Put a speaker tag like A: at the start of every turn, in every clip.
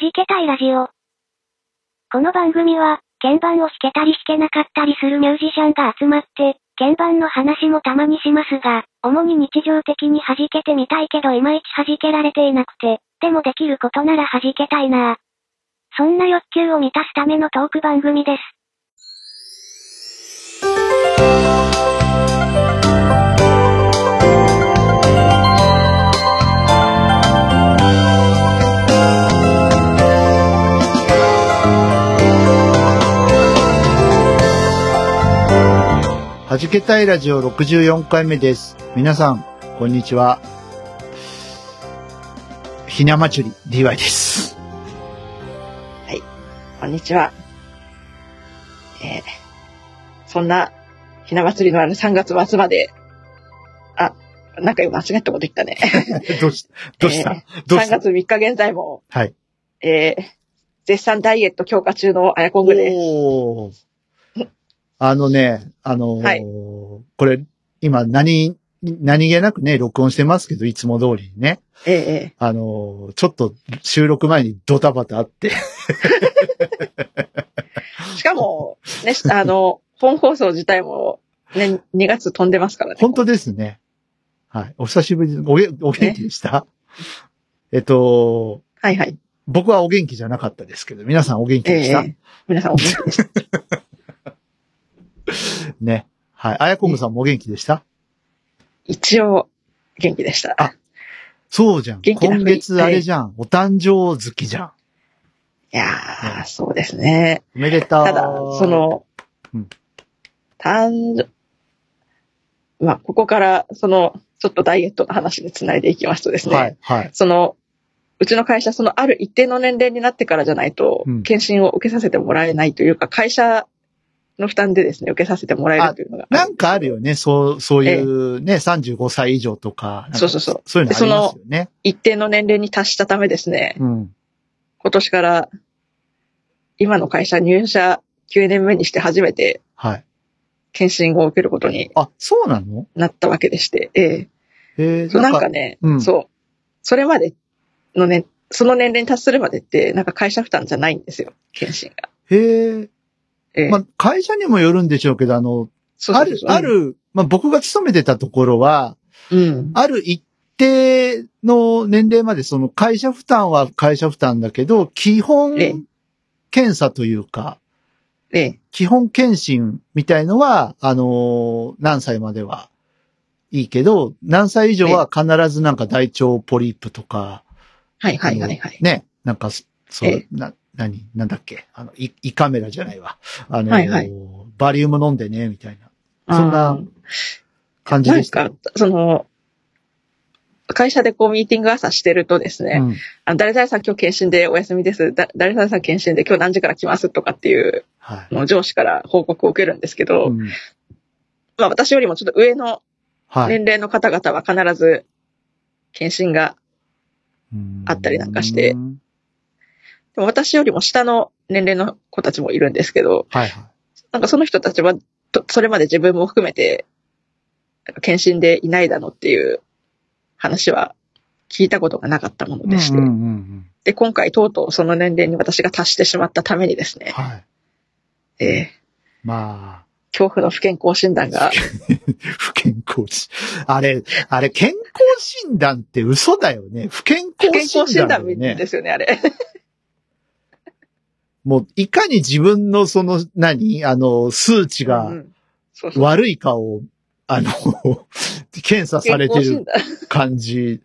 A: じけたいラジオ。この番組は、鍵盤を弾けたり弾けなかったりするミュージシャンが集まって、鍵盤の話もたまにしますが、主に日常的に弾けてみたいけどいまいち弾けられていなくて、でもできることなら弾けたいなぁ。そんな欲求を満たすためのトーク番組です。
B: はじけたいラジオ64回目です。皆さん、こんにちは。ひなまちゅり DY です。
C: こんにちは。えーそんな、ひな祭りのある3月末まで、あ、なんか今間違ったこと言ったね。
B: どうしたどうした、
C: え
B: どうし
C: 3
B: た
C: 月3日現在も、
B: はい。
C: えー絶賛ダイエット強化中のアヤコングです。
B: おーあのね、あのー
C: はい
B: これ、今何、何気なくね、録音してますけど、いつも通りにね。
C: えーえ
B: あのーちょっと収録前にドタバタあって、
C: ーしかも、ね、しあの、本放送自体も、ね、2月飛んでますからね。
B: 本当ですね。はい。お久しぶりです。おげお元気でしたえっと、
C: はいはい。
B: 僕はお元気じゃなかったですけど、皆さんお元気
C: えー
B: でした、
C: えー皆さんお元気です。
B: ね。はい。あやこむさんもお元気でした、
C: 一応、元気でした。
B: あそうじゃん。
C: 元気なふり
B: 今月あれじゃん。お誕生月じゃん。
C: いやー、そうですね。
B: おめでた
C: ただ、そ、の
B: うん、
C: 誕生、まあ、ここから、その、ちょっとダイエットの話につないでいきますとですね、
B: はい、はい。
C: その、うちの会社、そのある一定の年齢になってからじゃないと
B: うん、
C: 検診を受けさせてもらえないというか、会社の負担でですね、受けさせてもらえるというのが。
B: なんかあるよね。そう、そういうね、35歳以上とか。なんか
C: そうそうそう。
B: そういうのありますよね。
C: 一定の年齢に達したためですね、
B: うん。
C: 今年から、今の会社入社9年目にして初めて
B: はい。
C: 検診を受けることに
B: あ、そうなの
C: なったわけでして、ええ
B: え
C: そう、なんかね、
B: うん
C: そう。それまでのね、その年齢に達するまでって、なんか会社負担じゃないんですよ、検診が。
B: へえ。
C: ええ
B: まあ、会社にもよるんでしょうけど、あの、
C: そう
B: あ
C: そう
B: る
C: そ、う
B: あ。る、まあ、僕が勤めてたところは、
C: うん。
B: ある一定の年齢までその会社負担は会社負担だけど、基本
C: ええ
B: 検査というか、
C: ええ、
B: 基本検診みたいのは、あのー何歳まではいいけど、何歳以上は必ずなんか大腸ポリープとか、
C: はいはいはいは
B: あの
C: い。
B: ね、なんかそ、そう、
C: ええ
B: な、何、なんだっけ、あの、胃胃カメラじゃないわ。あのー
C: はいはい
B: バリウム飲んでね、みたいなそんな
C: あー
B: 感じ
C: な
B: で
C: ん
B: したよ。
C: か、その、会社でこうミーティング朝してるとですね、
B: うん。
C: あ誰々さん今日検診でお休みです、だ誰々さん検診で今日何時から来ますとかっていう
B: はい。
C: のを上司から報告を受けるんですけど、
B: うん
C: まあ私よりもちょっと上の
B: はい。
C: 年齢の方々は必ず検診があったりなんかして
B: うん
C: でも私よりも下の年齢の子たちもいるんですけど、
B: はいはい。
C: なんかその人たちは、とそれまで自分も含めて、なんか検診でいないだのっていう話は聞いたことがなかったものでして、
B: うんうんうんうん
C: で、今回とうとうその年齢に私が達してしまったためにですね、
B: はい。
C: えー
B: まあ、
C: 恐怖の不健康診断が、
B: 不健康診。あれ、あれ、健康診断って嘘だよね。不健
C: 不
B: 康
C: 健
B: 診
C: 康診
B: 断だ
C: 断
B: よ
C: で
B: ね。
C: すよね、あれ。
B: もう、いかに自分のその、何あの、数値
C: う
B: が
C: んそうそう
B: 悪いかを、あの、 検査されてる
C: 健康診断
B: 感じ。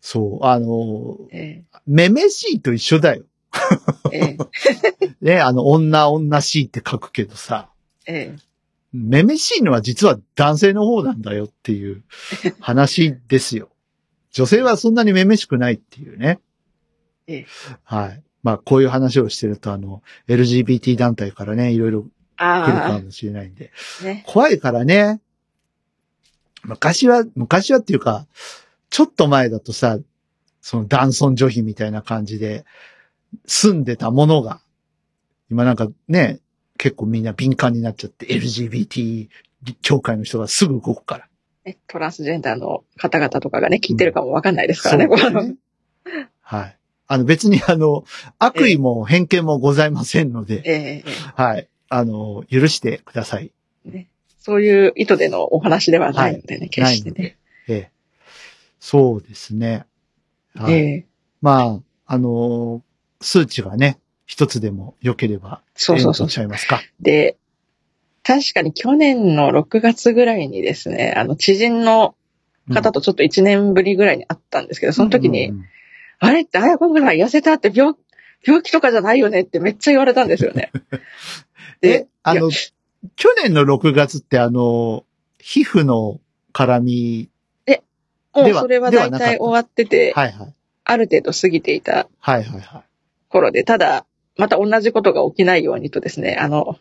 B: そう、あの、
C: え
B: めめしいと一緒だよ。
C: ーえー
B: ね、あの、女女しいって書くけどさ、
C: えー
B: めめしいのは実は男性の方なんだよっていう話です よ。女性はそんなにめめしくないっていうね。
C: ええ
B: はい。まあ、こういう話をしてると、あの、LGBT 団体からね、いろいろ来るか
C: あ
B: もしれないんで。
C: あ、ね。
B: 怖いからね。昔は、昔はっていうか、ちょっと前だとさ、その男尊女卑みたいな感じで、住んでたものが、今なんかね、結構みんな敏感になっちゃって、LGBT 協会の人がすぐ動くから。
C: ねトランスジェンダーの方々とかがね、聞いてるかもわかんないですからね、
B: そう
C: この
B: はい。あの別にあの、悪意も偏見もございませんので、
C: えええ
B: はい。あの、許してください。
C: えねそういう意図でのお話ではないのでね、決
B: ない
C: し
B: の
C: て
B: で
C: ね。。
B: ええ。そうですね。はい。
C: ええ
B: まあ、あの、数値がね、一つでも良ければ、
C: そうそうそ
B: ええとお
C: う
B: っしゃいますか。
C: で、確かに去年の6月ぐらいにですね、あの、知人の方とちょっと1年ぶりぐらいに会ったんですけど、その時に、
B: うん
C: あれってあやこんぐらい痩せたって病、病気とかじゃないよねってめっちゃ言われたんですよ ね。
B: え、あの
C: いや、
B: 去年の6月ってあの、皮膚の絡み、
C: も
B: で
C: う
B: は
C: それは
B: では
C: 大
B: なかった
C: 体終わってて、
B: はいはい。
C: ある程度過ぎていた
B: はいはいはい。
C: 頃で、ただ、また同じことが起きないようにとですね、あの、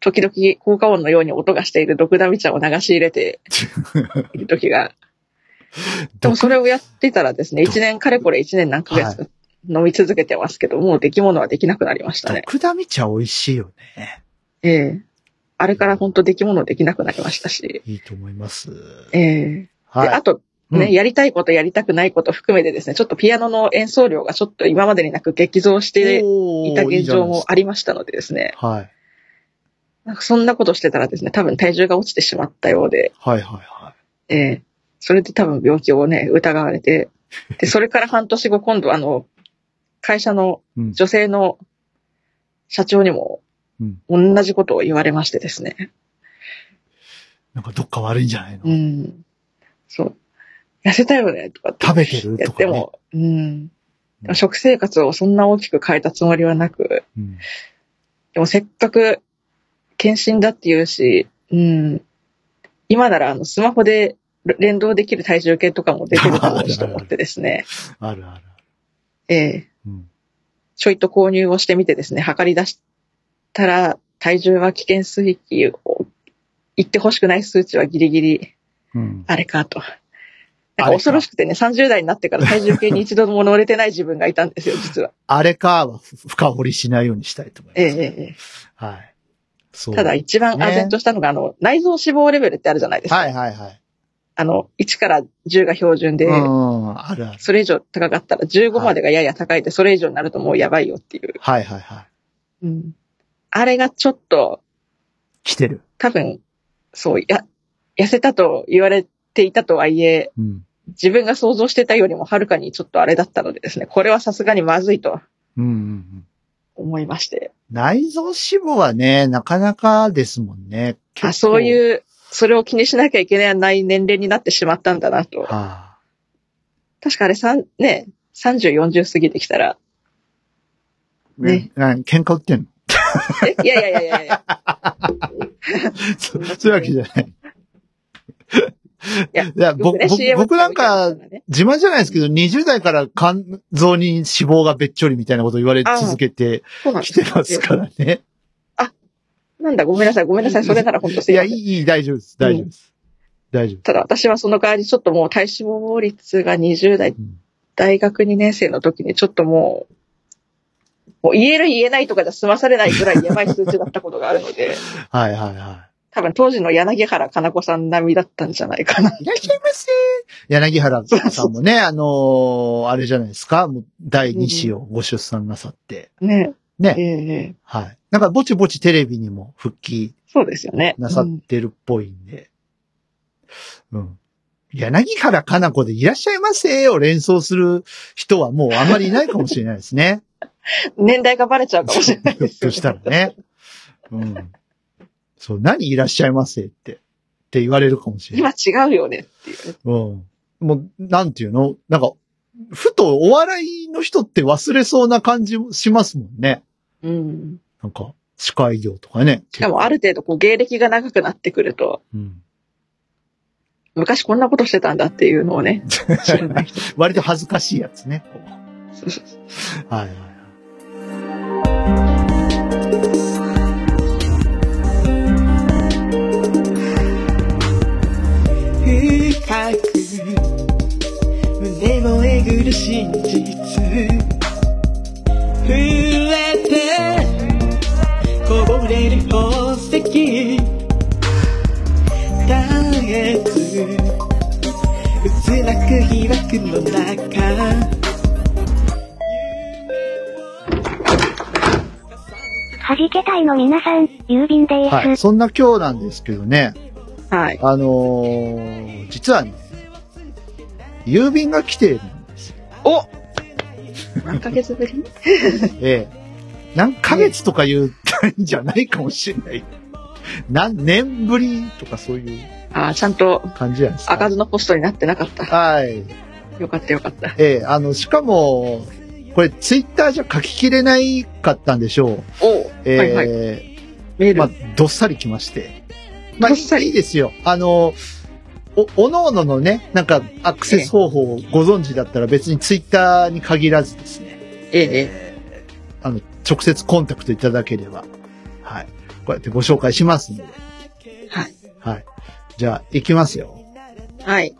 C: 時々効果音のように音がしている毒ダミ茶を流し入れ ている時が、でもそれをやってたらですね、
B: 毒
C: 一年、かれこれ一年何ヶ
B: は
C: 月飲み続けてますけど、もう出来物はできなくなりましたね。
B: 毒ダミ茶美味しいよね。
C: ええあれから本当出来物できなくなりましたし、
B: いいと思います。
C: ええ
B: はい。
C: で、あと、ね、やりたいことやりたくないこと含めてですね、ちょっとピアノの演奏量がちょっと今までになく激増していた現状もあ
B: り
C: りましたのでですね、
B: はい。
C: なんかそんなことしてたらですね、多分体重が落ちてしまったようで、
B: はいはいは
C: ええそれで多分病気をね、疑われて、 で、それから半年後、今度あの、会社の
B: い。うん。
C: 女性の社長にも
B: うん、
C: 同じことを言われましてですね、
B: なんかどっか悪いんじゃないの、
C: うん、そう、痩せたよね、とかって
B: 食べてる
C: や
B: と
C: っ
B: か、
C: て
B: ね。
C: も、うん。でも食生活をそんな大きく変えたつもりはなく、
B: うん
C: でもせっかく検診だって言うし、うん。今ならあのスマホで連動できる体重計とかも出てるだろうしと思ってですね、
B: あるある。
C: ええ
B: うん。
C: ちょいと購入をしてみてですね、測り出したら体重は危険水域を、言ってほしくない数値はギリギリ、
B: うん。
C: あれかと。
B: れか
C: なんか恐ろしくてね、30代になってから体重計に一度も乗れてない自分がいたんですよ、実は。
B: あれかは深掘りしないようにしたいと思います。
C: ええええ
B: はい。そう。
C: ただ一番唖然としたのが、あの、内臓脂肪レベルってあるじゃないですか。
B: はいはいはい。
C: あの、1から10が標準で、
B: うん。あるある。
C: それ以上高かったら15までがやや高いで、それ以上になるともうやばいよっていう。
B: はいはいはい。
C: うんあれがちょっと、
B: 来てる。
C: 多分、そう、や、痩せたと言われていたとはいえ、
B: うん。
C: 自分が想像してたよりもはるかにちょっとあれだったのでですね、これはさすがにまずいと
B: うんうんうん。
C: 思いまして。
B: 内臓脂肪はね、なかなかですもんね。
C: あ、そう
B: う。
C: いう、それを気にしなきゃいけない年齢になってしまったんだなと。
B: はあ、
C: 確かあれ三、ね、30、40過ぎてきたら、ね
B: ね。喧嘩売ってんの
C: えいやいやいやいや いや、
B: そそういうわけじゃない。
C: いや
B: いや、僕、
C: よくね
B: 僕
C: CM
B: 僕なん
C: と
B: か
C: 見てましたね
B: 自慢じゃないですけど、20代から肝臓に脂肪がべっちょりみたいなこと言われ続けて
C: そうなんで
B: き
C: す
B: て
C: よ
B: ますからね。
C: なんだ、ごめんなさい、ごめんなさい、それなら本当す
B: い
C: い
B: や、
C: ま
B: い
C: せん。
B: い、いい、大丈夫です。大丈夫です。大丈夫。
C: ただ私はその代わりちょっともう体脂肪率が20代
B: うん、
C: 大学2年生の時にちょっともう、もう言える言えないとかじゃ済まされないぐらいやばい数値だったことがあるの で、
B: はいはいは
C: 多分当時の柳原かな子さん並みだったんじゃないかな。
B: い。いらっしゃいませ。柳原さんもね、あのーあれじゃないですか。もう第2子をご出産なさって。
C: ね。
B: ね
C: ええ
B: はい。なんかぼちぼちテレビにも復帰
C: そうですよね。
B: なさ
C: うん
B: ってるっぽいんで。うん。柳原かな子でいらっしゃいませを連想する人はもうあまりいないかもしれないですね。
C: 年代がバレちゃうかもしれない
B: ひょ
C: で
B: っ
C: すよ
B: としたらね。うん。そう、何いらっしゃいませって、って言われるかもしれない。
C: 今違うよねっていうね。
B: うん。もう、なんていうのなんか、ふとお笑いの人って忘れそうな感じもしますもんね。
C: うん。
B: なんか、司会業とかね。
C: しかもある程度こう芸歴が長くなってくると、
B: うん。
C: 昔こんなことしてたんだっていうのをね、知らない人。
B: 割と恥ずかしいやつね。こ う
C: そうそうそう
B: はいはいはい。
D: 深く胸をえぐる真実震えてこぼれる宝石絶えず渦巻く疑惑の中
A: 弾けたいの皆さん、郵便でーす。
B: はい。そんな今日なんですけどね、
C: はい。
B: あのー実はね、郵便が来てるんですよ。
C: お何ヶ月ぶり
B: ええ。何ヶ月とか言ったんじゃないかもしれない。何年ぶりとかそういう
C: ああ、ちゃんと
B: 感じなんですか
C: 開かずのポストになってなかった。
B: はい。
C: よかったよかった。
B: ええ、あの、しかも、これツイッターじゃ書ききれないかったんでしょう。
C: お
B: ええ
C: はいはいメール。
B: まあ、どっさり来まして。まあ、
C: どっさり
B: いいですよ。あの、お、おのおののね、なんか、アクセス方法をご存知だったら別にツイッターに限らずですね、
C: ええ
B: あの、直接コンタクトいただければ、はい。こうやってご紹介しますので、
C: はい。
B: はい。じゃあ、行きますよ。
C: はい。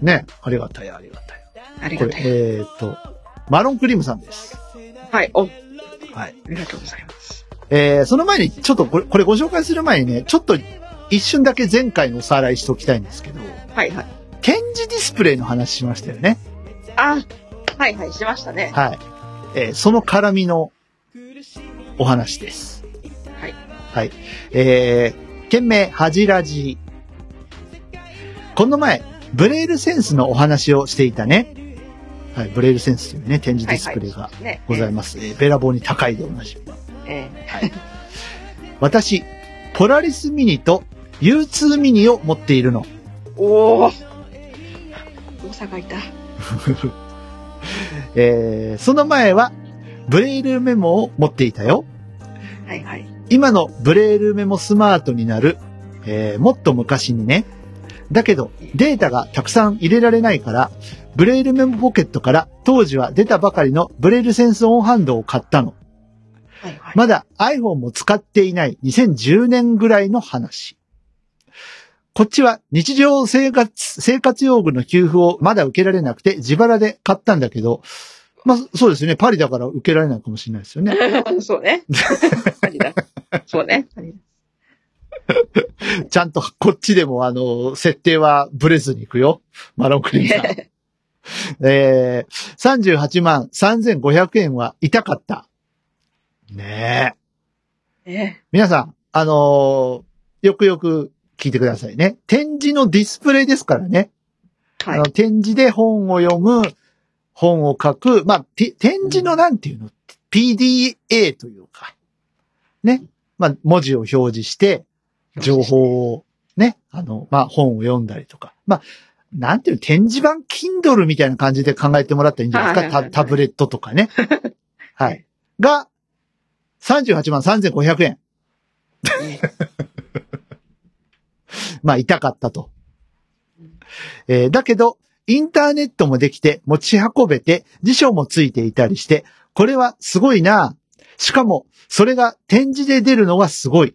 B: ね。ありがたい、ありがたい。
C: あり
B: こ
C: が
B: れ
C: た、い。
B: えーっと、マロンクリームさんです。
C: はい。おあ
B: はい。
C: りがとうございます。
B: えー、その前に、ちょっとこれ、これご紹介する前にね、ちょっと一瞬だけ前回のおさらいしておきたいんですけど、
C: はいはい。
B: 展示ディスプレイの話しましたよね。
C: あはいはい、しましたね。
B: はい。えーその絡みのお話です。
C: はい。
B: はい。えー、件名、恥じらじ。この前、ブレールセンスのお話をしていたね。はい、ブレールセンスというね、展示
C: は
B: ディ
C: い
B: ス
C: はい。
B: プレイが
C: ね
B: ございます。えーべらぼうに高いでおなじみ。
C: ええ
B: 私、ポラリスミニと U2 ミニを持っているの。
C: おお誤差がいた。
B: えーその前は、ブレールメモを持っていたよ。
C: はいはい。
B: 今のブレールメモスマートになる、えーもっと昔にね。だけど、データがたくさん入れられないから、ブレールメモポケットから当時は出たばかりのブレールセンスオンハンドを買ったの。
C: はいはい。
B: まだ iPhone も使っていない2010年ぐらいの話。こっちは日常生活、生活用具の給付をまだ受けられなくて自腹で買ったんだけど、まあそうですね、パリだから受けられないかもしれないですよね。
C: そ うね。ありだ。そうね。ありだ
B: ちゃんとこっちでもあの、設定はブレずにいくよ。マロンクリー ムさん。えー、38万3500円は痛かった。ねえ。
C: ね
B: 皆さん、あのーよくよく聞いてくださいね。展示のディスプレイですからね。
C: は
B: あの
C: い。
B: 展示で本を読む、本を書く、まあ、て展示のなんていうの ?PDA というか。ね。まあ、文字を表示して、情報をね、あの、まあ、本を読んだりとか。まあ、なんていうの、展示版 Kindle みたいな感じで考えてもらったらいいんじゃないですか。
C: はいはいはいは
B: タタ
C: い
B: ブレットとか ね。はい。が、38万3500円。
C: ね
B: まあ、痛かったと。えーだけど、インターネットもできて、持ち運べて、辞書もついていたりして、これはすごいなしかも、それが展示で出るのがすごい。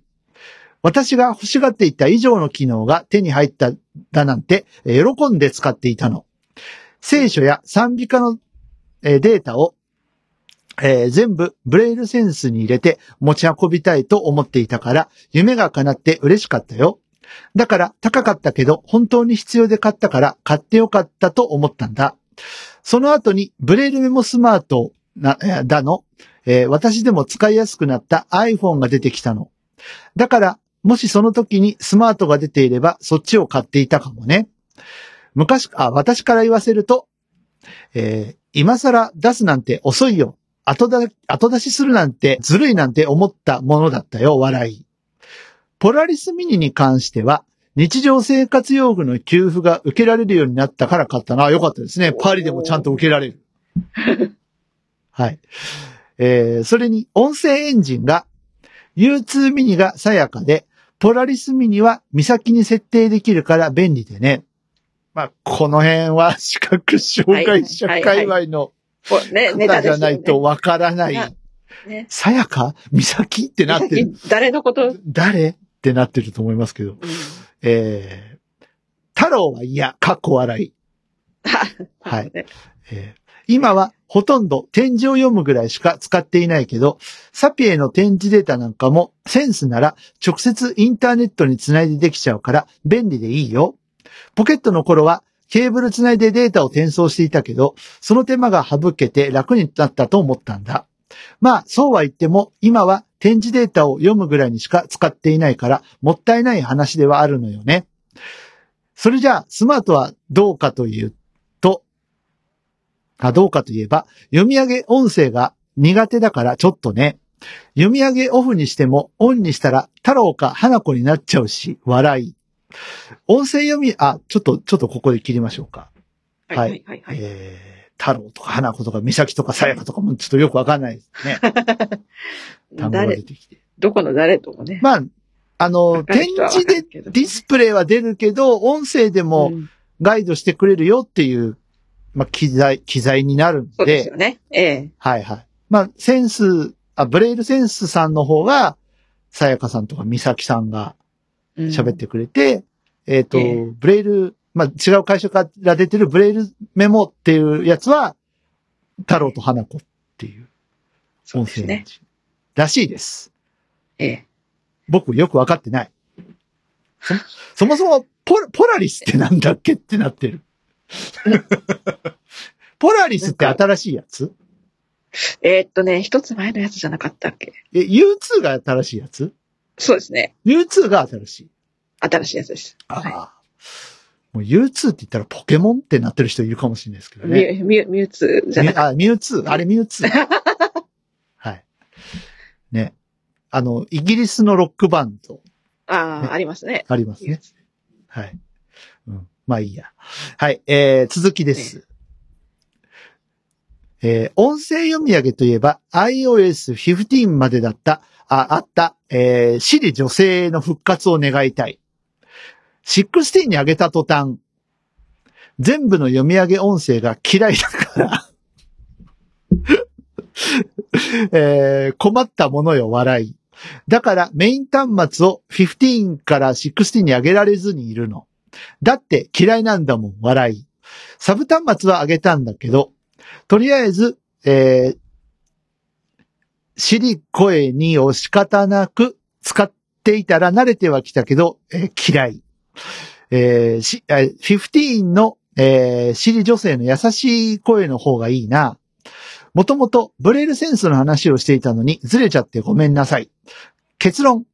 B: 私が欲しがっていた以上の機能が手に入っただなんて、えー喜んで使っていたの。聖書や賛美歌の、えーデータを、えー全部ブレイルセンスに入れて持ち運びたいと思っていたから、夢が叶って嬉しかったよ。だから高かったけど本当に必要で買ったから買ってよかったと思ったんだ。その後にブレールメモスマートな、えーだの、えー私でも使いやすくなった iPhone が出てきたの。だからもしその時にスマートが出ていればそっちを買っていたかもね。昔、あ、私から言わせると、えー今更出すなんて遅いよ。後だ、後出しするなんてずるいなんて思ったものだったよ、笑い。ポラリスミニに関しては、日常生活用具の給付が受けられるようになったから買ったな。よかったですね。パリでもちゃんと受けられる。はい。えー、それに、音声エンジンが、U2 ミニがさやかで、ポラリスミニは見先に設定できるから便利でね。まあ、この辺は視覚障害者
C: はい
B: 界
C: はい
B: 隈の
C: こうね、ネタ
B: 方じ
C: で
B: ゃ
C: す
B: ないと
C: よ
B: わからな
C: ね
B: い。
C: ね。
B: さやかみさきってなってる。
C: 誰 のこと、うん
B: 誰ってなってると思いますけど。えー太郎は嫌、かっこ笑い。はい
C: ね
B: えー今はほとんど展示を読むぐらいしか使っていないけど、サピエの展示データなんかもセンスなら直接インターネットにつないでできちゃうから便利でいいよ。ポケットの頃はケーブルつないでデータを転送していたけど、その手間が省けて楽になったと思ったんだ。まあ、そうは言っても今は展示データを読むぐらいにしか使っていないから、もったいない話ではあるのよね。それじゃあ、スマートはどうかというと、あ、どうかといえば、読み上げ音声が苦手だからちょっとね。読み上げオフにしても、オンにしたら、太郎か花子になっちゃうし、笑い。音声読み、あ、ちょっと、ちょっとここで切りましょうか。
C: はいはいはいはい。
B: えー、太郎とか花子とか、美咲とかさやかとかもちょっとよくわかんないですね。単語が出
C: 誰、
B: てきて。
C: どこの誰ともね。
B: まあ、あの、
C: わかる
B: 展
C: 人は
B: 示で
C: わかるけど
B: ディスプレイは出るけど、音声でも
C: うん
B: ガイドしてくれるよっていう、まあ、機材、機材になるん
C: そうです
B: で
C: よね。ええ。
B: はいはい。まあ、センス、あ、ブレイルセンスさんの方が、さやかさんとかみさきさんが
C: うん
B: 喋ってくれて、えっ、と、
C: ええ
B: ブレイル、まあ、違う会社から出てるブレイルメモっていうやつは、太郎と花子っていう
C: そう
B: 音
C: です
B: 声
C: ね。
B: らしいです。
C: ええ。
B: 僕よくわかって ない。そそもそもポラ、ポラリスってなんだっけってな ってる。ポラリスって新しいやつ
C: えーっとね、一つ前のやつじゃなかったっけ
B: え、U2 が新しいやつ
C: そうですね。
B: ?U2 が新しい。
C: 新しいやつです。
B: ああ。
C: は
B: もう U2 って言ったらポケモンってなってる人いるかもしれないですけど
C: ミ
B: ね。
C: ュミュミュウツーじゃ
B: ミュ
C: なくて。
B: あ、ミュウツー。あれミュウツー。はい。ね。あの、イギリスのロックバンド
C: あ
B: ね
C: あ、ありますね。
B: ありますね。はい。うん。まあいいや。はい。えー、続きです。えー、音声読み上げといえば iOS15 までだった、あ、あった、えー、シリ女性の復活を願いたい。16に上げた途端、全部の読み上げ音声が嫌いだ から、えー、困ったものよ、笑い。だからメイン端末を15から16に上げられずにいるの。だって嫌いなんだもん、笑い。サブ端末は上げたんだけど、とりあえず、えー、シリ声にを仕方なく使っていたら慣れてはきたけど、えー嫌い。えー、し、えー15の、えー、シリ女性の優しい声の方がいいな。もともとブレールセンスの話をしていたのにずれちゃってごめんなさい。結論。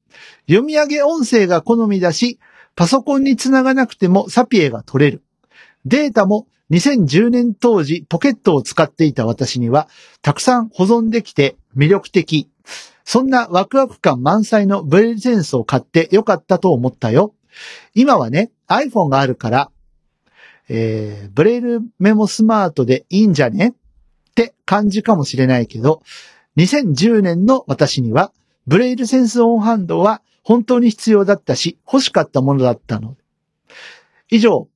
B: 読み上げ音声が好みだし、パソコンにつながなくてもサピエが取れる。データも2010年当時ポケットを使っていた私にはたくさん保存できて魅力的。そんなワクワク感満載のブレイルセンスを買ってよかったと思ったよ。今はね、iPhone があるから、えー、ブレイルメモスマートでいいんじゃねって感じかもしれないけど、2010年の私にはブレイルセンスオンハンドは本当に必要だったし、欲しかったものだったので。以上、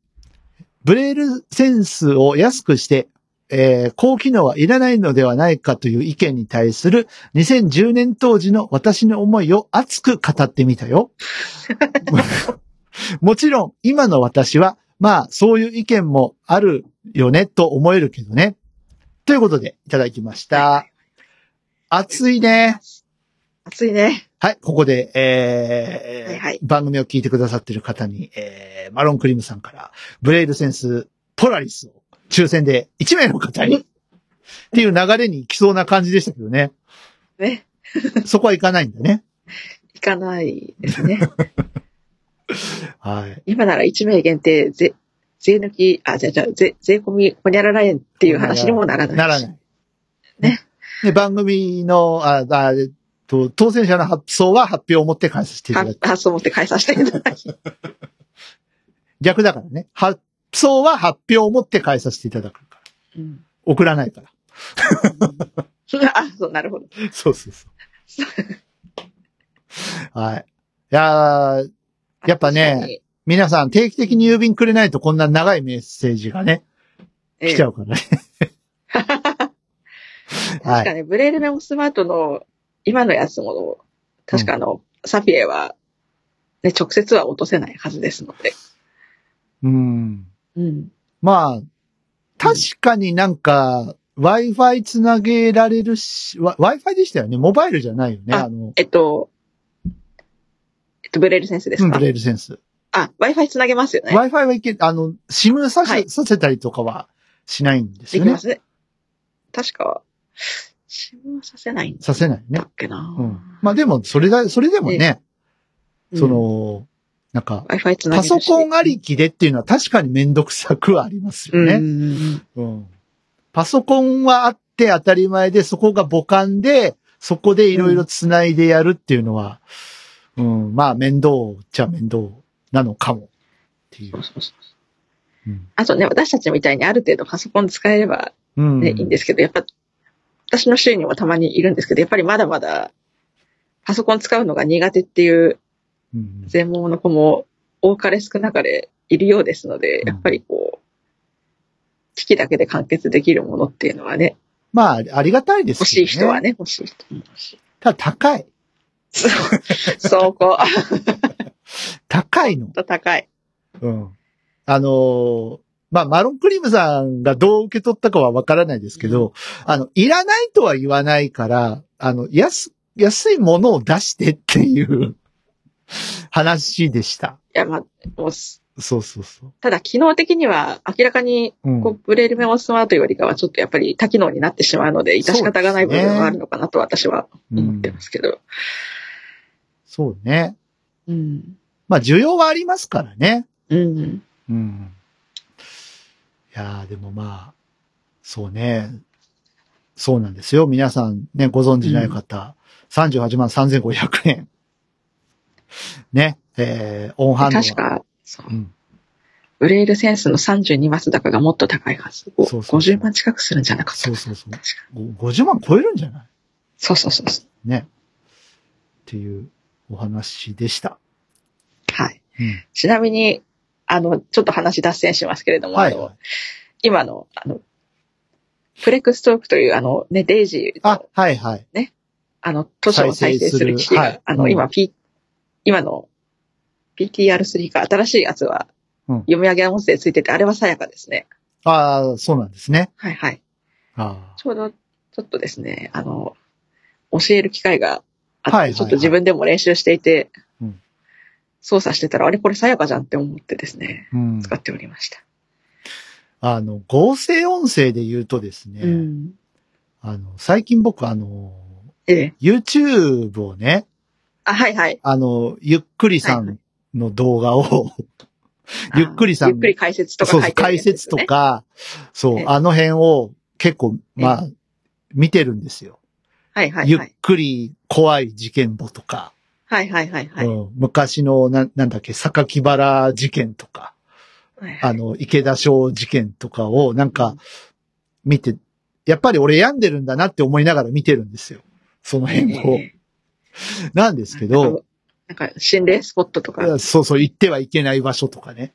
B: ブレイルセンスを安くして、えー高機能はいらないのではないかという意見に対する2010年当時の私の思いを熱く語ってみたよ。 もちろん、今の私は、まあ、そういう意見もあるよね、と思えるけどね。ということで、いただきました。熱いね。
C: 暑いね。
B: はい、ここで、えー
C: はいはい
B: 番組を聞いてくださっている方に、えーマロンクリームさんから、ブレイルセンスポラリスを抽選で1名の方に、っていう流れに行きそうな感じでしたけどね。
C: ね。
B: そこはいかないんだね。
C: 行かないです ね。
B: はい。
C: 今なら1名限定、ぜ、税抜き、あ、じゃあじゃあ税、税込み、ほにゃらら円っていう話にもならない。
B: ならない。
C: ね。
B: で、番組の、あ、あ、えっと、当選者の発送は発表をもって返させていただ
C: は
B: く。
C: 発想持って返させていただき。
B: 逆だからね。発送は発表をもって返させていただくから。
C: うん。
B: 送らないから。
C: あ、そう、なるほど。
B: そうそうそう。はい。いやーやっぱね
C: 確かに、
B: 皆さん定期的に郵便くれないとこんな長いメッセージがね、
C: ええ
B: 来ちゃう からね。は
C: 確
B: い。
C: かね、ブレールメモスマートの今のやつも、確かあの、サピエは、ね、直接は落とせないはずですので。
B: うん。
C: うん。
B: まあ、確かになんか、Wi-Fi つなげられるし、わ Wi-Fi でしたよね。モバイルじゃないよね。
C: あ
B: あの、
C: えっと、えっと、ブレール先生で
B: う
C: す
B: ん
C: か、
B: ブレールセンス。
C: あ、Wi-Fi つなげますよね。
B: Wi-Fi はいけ、あの、SIM させ、
C: はい
B: させたりとかはしないんです
C: で
B: よ
C: き
B: ね
C: ま。すね。確か、シムはさせないん
B: させないね
C: だ。っけな。
B: うん。まあでも、それだ、それでもね、そ、の、なんか、
C: Wi-Fi つなげ
B: パ
C: るし
B: ソコンありきでっていうのは確かにめんどくさくはありますよ
C: う
B: ね。
C: んうん
B: うん。パソコンはあって当たり前で、そこが母感で、そこでいろいろ繋いでやるっていうのは、うん、まあ面倒っちゃ面倒なのかも。ってい
C: そうう。そうそう
B: うん。
C: あとね、私たちみたいにある程度パソコン使えれば
B: うん。
C: ね、いいんですけど、やっぱ、私の周囲にもたまにいるんですけど、やっぱりまだまだ、パソコン使うのが苦手っていう
B: うん
C: 全盲の子も多かれ少なかれいるようですので、
B: うん
C: やっぱりこう、機器だけで完結できるものっていうのはね、
B: まあ、ありがたいです
C: 欲
B: けどね
C: しい人は。ね、欲しい人も欲しい。
B: ただ高い。
C: そう、そうこう、 あほん
B: 高いの。
C: と高い。
B: うん。あのーまあ、マロンクリームさんがどう受け取ったかはわからないですけど、あの、いらないとは言わないから、あの、安、安いものを出してっていう 話でした。
C: いや、まあ、もうす、
B: そうそうそ
C: ただ、機能的には明らかに、
B: う。うん。
C: こう、ブレールメモスマートよりかは、ちょっとやっぱり多機能になってしまうので、致し方がない部分はあるのかなと私は
B: う
C: 思っ
B: ん
C: てますけど。
B: そうね。
C: うん。
B: まあ、需要はありますからね。
C: うん。
B: うん。いやー、でもまあ、そうね。そうなんですよ。皆さんね、ご存知ない方、38万3500円。ね、えー、オンハンドは。
C: 確か、そう
B: うん。
C: ブレールセンスの32マス高がもっと高いはず。お
B: そうそうそう
C: 50万近くするんじゃなかった
B: そう
C: かな
B: そうそう
C: 確か。
B: ご50万超えるんじゃない
C: そうそうそうそう。
B: ね。っていうお話でした。
C: はい。
B: うん
C: ちなみに、あの、ちょっと話脱線しますけれども、
B: はい
C: あ
B: は
C: の
B: い。
C: 今の、あの、プレクストークという、あの、ね、デイジー
B: あ
C: の、、
B: はいはい。
C: あの、図書を再生する
B: 再生
C: 機器が、
B: するはい
C: あの、
B: うん
C: 今、P、今の PTR3 か、新しいやつは、
B: うん
C: 読み上げ音声ついてて、あれはさやかですね。
B: ああ、そうなんですね。
C: はいはい。
B: あ
C: ちょうど、ちょっとですね、あの、教える機会があって、
B: はいはいはい
C: ちょっと自分でも練習していて、
B: うん
C: 操作してたら、あれこれさやかじゃんって思ってですね、
B: あ。うん。
C: 使っておりました。
B: あの、合成音声で言うとですね、
C: うん。
B: あの、最近僕あの、
C: ええ。
B: YouTube をね、
C: あ、はいはい。
B: あの、ゆっくりさんの動画を、ゆっくりさん
C: あゆっくり解説とか
B: そうそ
C: 書
B: う、
C: いてる
B: 解
C: やつで
B: 説
C: す
B: と
C: ね、
B: か、そ
C: え
B: う
C: え、
B: あの辺を結構、まあ、見てるんですよ。
C: はいはい
B: ゆっ
C: はい。
B: くり怖い事件簿とか、
C: はいはいはいはい。
B: うん昔のな、なんだっけ、坂木原事件とか、
C: はいはい
B: あの、池田翔事件とかをなんか見て、やっぱり俺病んでるんだなって思いながら見てるんですよ。その辺を。
C: え
B: なんですけ
C: えあの
B: ど、
C: なんか、心霊スポットとか、
B: そうそう、行ってはいけない場所とかね。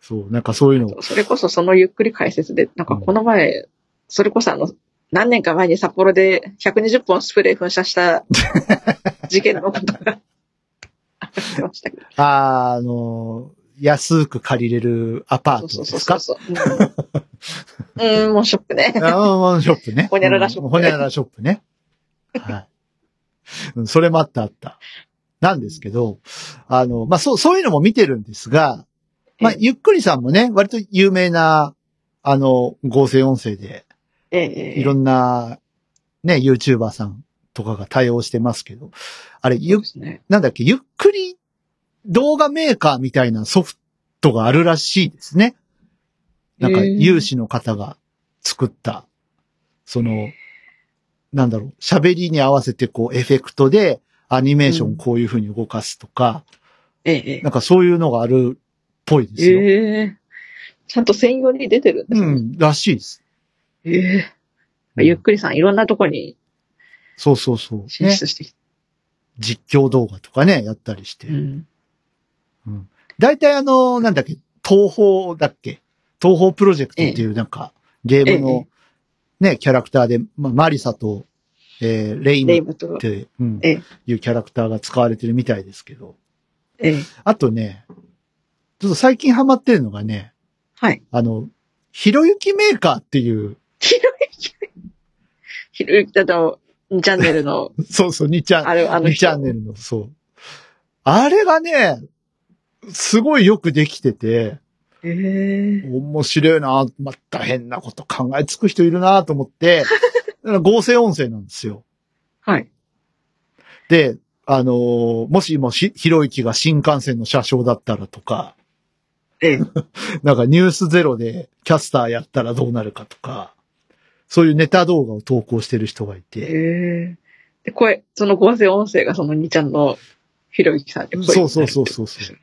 B: そう、なんかそういうの。
C: それこそそのゆっくり解説で、なんかこの前、それこそあの、何年か前に札幌で120本スプレー噴射した事件のことがありましたけど。
B: あーあのー、安く借りれるアパー
C: そう
B: ト
C: そう
B: です
C: そ
B: か
C: うそう。うん、うんもうショック ね。
B: ああ、ショップね。
C: ほにゃららショップ
B: うんほにゃららショップね。はい。うんそれもあったあった。なんですけど、あの、まあ、そう、そういうのも見てるんですが、まあ
C: え、え
B: ゆっくりさんもね、割と有名な、あの、合成音声で、
C: ええ
B: いろんな、ね、YouTuber さんとかが対応してますけど、あれ、ゆ
C: そうで、すね。
B: なんだっけ、ゆっくり動画メーカーみたいなソフトがあるらしいですね。なんか、
C: へー
B: 有志の方が作った、その、なんだろう、喋りに合わせてこう、エフェクトで、アニメーショ
C: うん
B: ンこういう風に動かすとか、
C: ええ
B: なんかそういうのがあるっぽいで
C: え
B: すよ。
C: えちゃんと専用に出てるんです
B: う
C: ね。
B: ん、らしいです。
C: ええゆっくりさん、いろんなとこに
B: そうそうそう。
C: 進
B: ね、
C: 出してきて。
B: 実況動画とかね、やったりして。
C: うん
B: 大体あの、なんだっけ、東宝だっけ東宝プロジェクトっていうなんか、ゲームのね、キャラクターで、まあ、マリサと、えーレイム
C: レイ
B: っ
C: ムと、
B: て、うん
C: ええ
B: いうキャラクターが使われてるみたいですけど。
C: ええ
B: あとね、ちょっと最近ハマってるのがね、
C: はい。
B: あの、ひろゆきメーカーっていう、
C: ひろゆき。ひろゆきだと、2チャンネ ルの、
B: そうそう、2チャン、
C: あれ、あの
B: 2チ
C: 人
B: ャンネルの、そう。あれがね、すごいよくできてて、
C: へえ
B: 面白いな、また変なこと考えつく人いるなと思って、だから合成音声なんですよ。
C: はい。
B: で、あのーもしもし、ひろゆきが新幹線の車掌だったらとか、
C: ええ。
B: なんかニュースゼロでキャスターやったらどうなるかとか、そういうネタ動画を投稿してる人がいて、
C: ええで、声、その合成音声がその兄ちゃんのひろゆきさんで声になる
B: そうそうそうそうそう
C: ってこ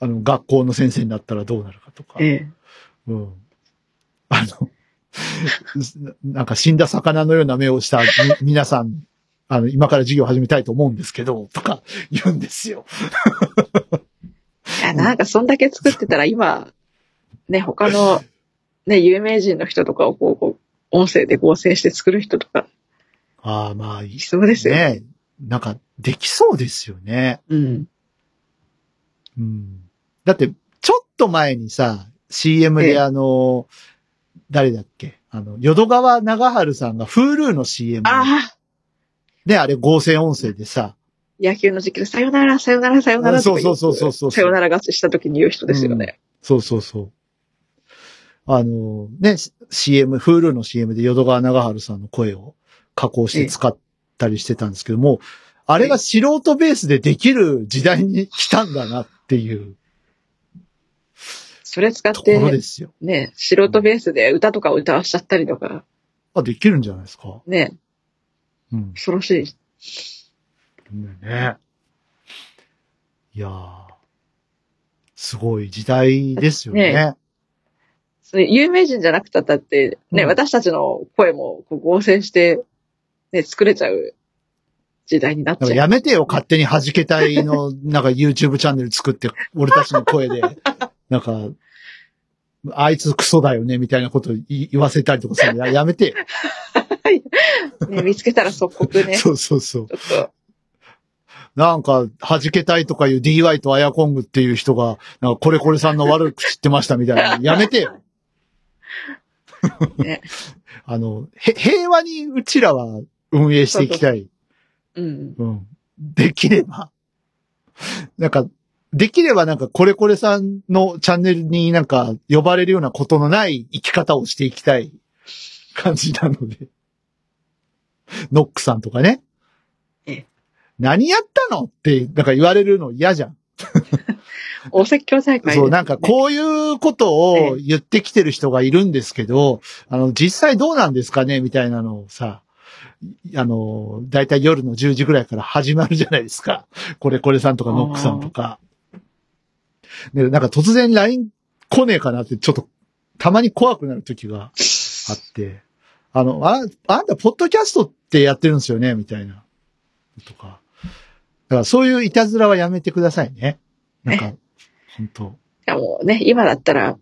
B: あの、学校の先生になったらどうなるかとか
C: と、ですよね
B: うん。あの、 なんか死んだ魚のような目をしたみ皆さん、あの、今から授業始めたいと思うんですけど、とか言うんですよ。
C: ええいや、なんかそんだけ作ってたら今、ね、他の、ね、有名人の人とかをこう、こう音声で合成して作る人とか、
B: ああ、まあ、いい
C: いそうですよね。
B: ね。なんか、できそうですよね。
C: うん。
B: うん。だって、ちょっと前にさ、CM
C: ええ
B: であの、誰だっけあの、淀川長春さんが Hulu の CM
C: ああ、
B: で、あれ合成音声でさ、
C: 野球の時期でさよなら、さよなら、さよならとか言
B: あそうそうそうそうそう
C: さよなら勝ちした時に言う人ですよね。
B: そうそうそう。あの、ね、C- CM、Hulu の CM で淀川長春さんの声を加工して使ったりしてたんですけども、あれが素人ベースでできる時代に来たんだなっていう
C: それ使っ
B: ところで
C: て、
B: すよ。
C: ね、素人ベースで歌とかを歌わしちゃったりとか、
B: あ、できるんじゃないですか。
C: ね、
B: うん。
C: 恐ろしい。
B: ね。いやー、すごい時代ですよね。
C: ねそれ有名人じゃなくたったって、ね、
B: うん
C: 私たちの声もこう合成して、ね、作れちゃう時代になっ
B: なんか
C: ちゃう。
B: やめてよ、勝手に弾けたいの、 なんか YouTube チャンネル作って、俺たちの声で、なんか、あいつクソだよね、みたいなこと言言わせたりとかするのややめてよ。
C: ね、見つけたら即刻ね、ちょ
B: そうそうそう。
C: っと、
B: なんか、弾けたいとかいう DY とアヤコングっていう人が、なんか、これこれさんの悪口言ってましたみたい な。やめてよ。
C: ね
B: あの、へ、平和にうちらは運営していきたい。
C: うん。
B: うん。できれば。なんか、できればなんか、これこれさんのチャンネルになんか、呼ばれるようなことのない生き方をしていきたい感じなので。ノックさんとかね
C: ええ。
B: 何やったのって、なんか言われるの嫌じゃん。
C: お説教大会です
B: そう、なんかこういうことを
C: え
B: 言ってきてる人がいるんですけど、あの、実際どうなんですかねみたいなのをさ、あの、だいたい夜の10時ぐらいから始まるじゃないですか。これこれさんとかノックさんとか。で、なんか突然 LINE 来ねえかなって、ちょっと、たまに怖くなる時があって、あの、あ、あんた、ポッドキャストってやってるんですよねみたいな。とか。だからそういういたずらはやめてくださいね。なんか、本当
C: しかもね、今だったら、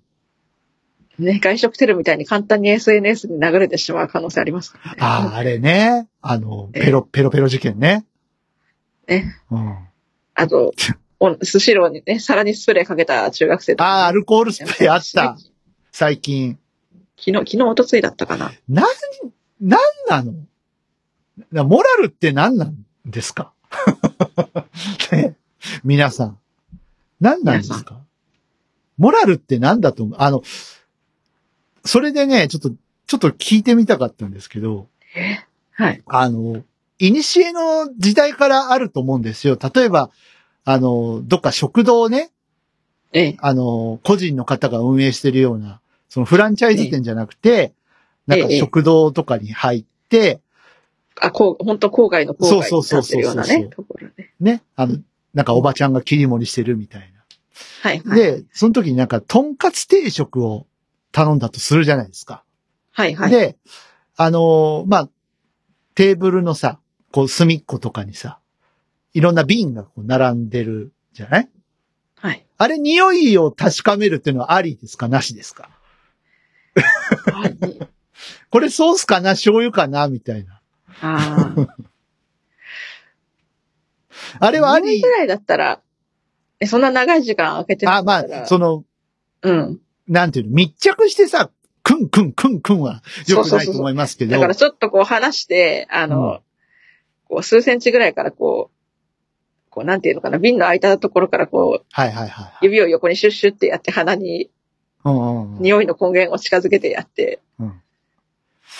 C: ね、外食テロみたいに簡単に SNS に流れてしまう可能性ありますからね。
B: ああ、あれね。あの、
C: ええ
B: ペロ、ペロペロ事件ね。
C: え
B: うん。あ
C: あと、おスシローにね、皿にスプレーかけた中学生と
B: あー、
C: か、
B: アルコールスプレーあった。最近。
C: 昨日、昨日、一昨日だったかな。
B: なん、なんなのなモラルって何なんですか ね皆さん。何なんですかモラルって何だと思うあの、それでね、ちょっと、ちょっと聞いてみたかったんですけど、
C: はい。
B: あの、いにしえの時代からあると思うんですよ。例えば、あの、どっか食堂をね、
C: ええ。
B: あの、個人の方が運営してるような、そのフランチャイズ店じゃなくて、
C: え
B: な
C: え
B: んか食堂とかに入って、
C: あ、こう、本当郊外の郊外に立ってるような
B: そうそうそうそう
C: ね、ところね。
B: ね、あの、なんかおばちゃんが切り盛りしてるみたい
C: はい、は
B: な。
C: い。
B: で、その時になんか、とんかつ定食を頼んだとするじゃないですか。
C: はい、はい。
B: で、あのーまあ、テーブルのさ、こう隅っことかにさ、いろんな瓶がこう並んでるじゃない
C: はい。
B: あれ、匂いを確かめるっていうのはありですかなしですか
C: はい
B: これソースかな醤油かなみたいな。
C: あー
B: あれはあり
C: ぐ、らいだったら、え、そんな長い時間空けて
B: あ、ま
C: たら
B: あ、その、
C: うん。
B: なんていうの、密着してさ、くんくんくんくんは良くないと思いますけど
C: だか、らちょっとこう話して、あの、
B: うん
C: こう数センチぐらいからこう、こうなんていうのかな、瓶の開いたところからこう、
B: はいはいはい。
C: 指を横にシュッシュってやって鼻に
B: うんうんうん
C: 匂いの根源を近づけてやって、
B: うん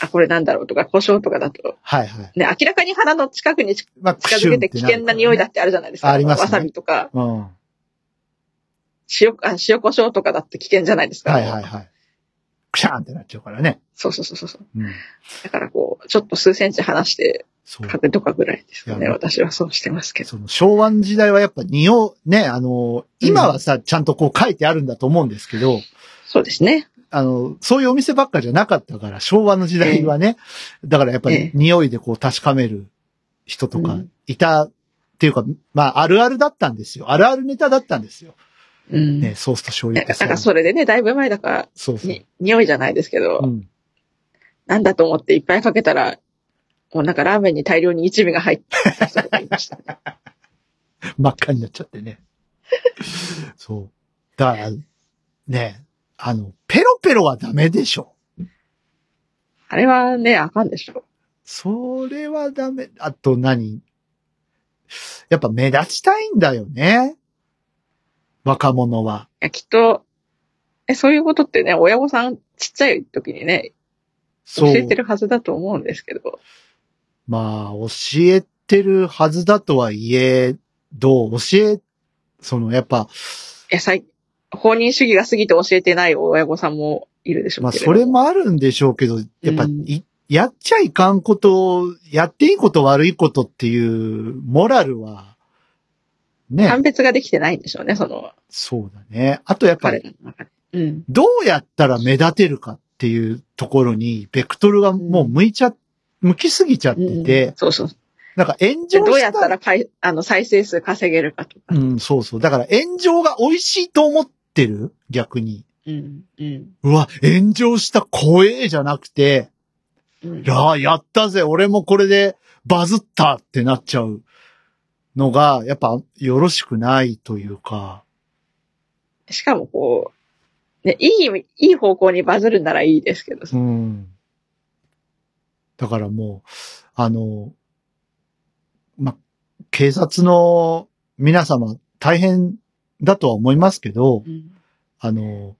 C: あ、これなんだろうとか、故障とかだと、
B: はいはい。
C: ね、明らかに鼻の近くに近
B: まあ、
C: づけて危険な匂いだ
B: っ
C: ってあるじゃないですか。
B: ありますね
C: わさびとか、
B: うん。は
C: 塩、あ塩胡椒とかだって危険じゃないです
B: い
C: か。
B: はいはい。クシャーンってなっちゃうからね。
C: そうそうそうそうそう。
B: うん。
C: だからこう、ちょっと数センチ離して
B: そう。
C: 食べとかぐらいですか
B: い
C: ね。
B: や
C: 私はそうしてますけど。
B: その昭和の時代はやっぱ匂い、ね、あの、今はさ、ちゃんとこう書いてあるんだと思うんですけど、
C: そうですね。
B: あの、そういうお店ばっかじゃなかったから、昭和の時代はね、だからやっぱ
C: え
B: り
C: え
B: 匂いでこう確かめる人と
C: う
B: か
C: ん
B: いたっていうか、まああるあるだったんですよ。あるあるネタだったんですよ。
C: うん。
B: ね、ソースと醤
C: な
B: 油って
C: んか、
B: さ
C: なんかそれでね、だいぶ前だから、
B: そうそう。
C: に、匂いじゃないですけど、
B: うん。
C: なんだと思っていっぱいかけたら、もうなんかラーメンに大量に一味が入った人とかい ましたね。
B: 真っ赤になっちゃって ね。そう。だから、ね、あの、ペロペロはダメでしょ。
C: あれはね、あかんでしょ。
B: それはダメ。あと何やっぱ目立ちたいんだよね。若者は。
C: いや、きっと、え、そういうことってね、親御さんちっちゃい時にね、教
B: そう。
C: えてるはずだと思うんですけど、
B: まあ、教えてるはずだとはいえ、どう教え、その、やっぱ、
C: いや、最、放任主義が過ぎて教えてない親御さんもいるでしょ
B: ま
C: う
B: あ、
C: けれ
B: そ
C: ど。
B: れもあるんでしょうけど、やっぱ、
C: うん
B: いやっちゃいかんこと、やっていいこと悪いことっていう、モラルは、ね
C: 判、別ができてないんでしょうね、その、
B: そうだね。あと、やっぱ
C: 彼
B: り、
C: らの中で。うん。
B: どうやったら目立てるかっていうところに、ベクトルがもう向いちゃ、向きすぎちゃっ
C: う
B: て
C: ん
B: て、
C: そうそう。
B: なんか炎上
C: じゃあどう
B: し
C: やったたらかい、あの、再生数稼げるかとか。
B: うん、そうそう。だから炎上が美味しいと思ってる逆に。
C: うん。うん。
B: うわ、炎上した怖えじゃなくて、
C: うん。
B: ああ、やったぜ、俺もこれでバズったってなっちゃうのが、やっぱよろしくないというか、
C: しかもこう、ね、いい、いい方向にバズるならいいですけど、
B: うん。だからもう、あの、ま、警察の皆様大変だとは思いますけど、
C: うん
B: あの、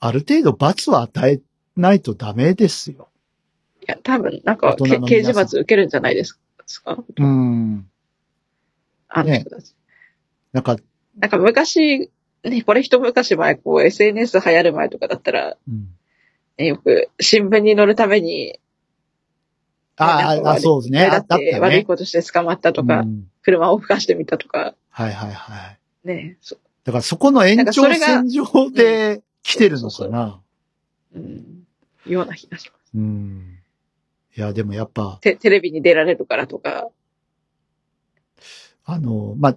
B: ある程度罰は与えないとダメですよ。
C: いや、多分、なんか、
B: 大人
C: け
B: の皆さん
C: 刑事罰受けるんじゃないですか。
B: うん。
C: あの人たち。
B: なんか、
C: なんか昔、ね、これ一昔前、こう、SNS 流行る前とかだったら、
B: うん。
C: ね、よく新聞に載るために、
B: あ
C: なん
B: あ、
C: か
B: あ、そうですね。
C: 目
B: ああ
C: 立
B: った
C: って悪い
B: ね。
C: ことして捕まったとか、
B: うん
C: 車を吹かしてみたとか、
B: はいはいはい。
C: ね、そ
B: だからそこの延長線上で来てるのか
C: そう
B: な。
C: うん、ような気がします。
B: うん。いや、でもやっぱ、
C: テテレビに出られるからとか、
B: あの、まあ、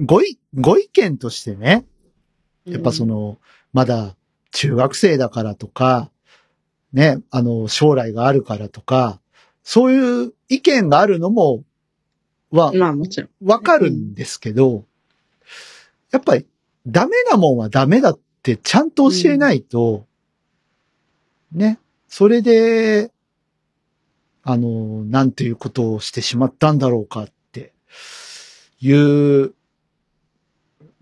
B: ごい、ご意見としてね、やっぱそ
C: の、
B: の、まだ中学生だからとか、ね、あの、将来があるからとか、そういう意見があるのも、は、
C: まあもちろん。
B: わかるんですけど、やっぱりダメなもんはダメだってちゃんと教えないと、ね、それで、あの、なんていうことをしてしまったんだろうかっていう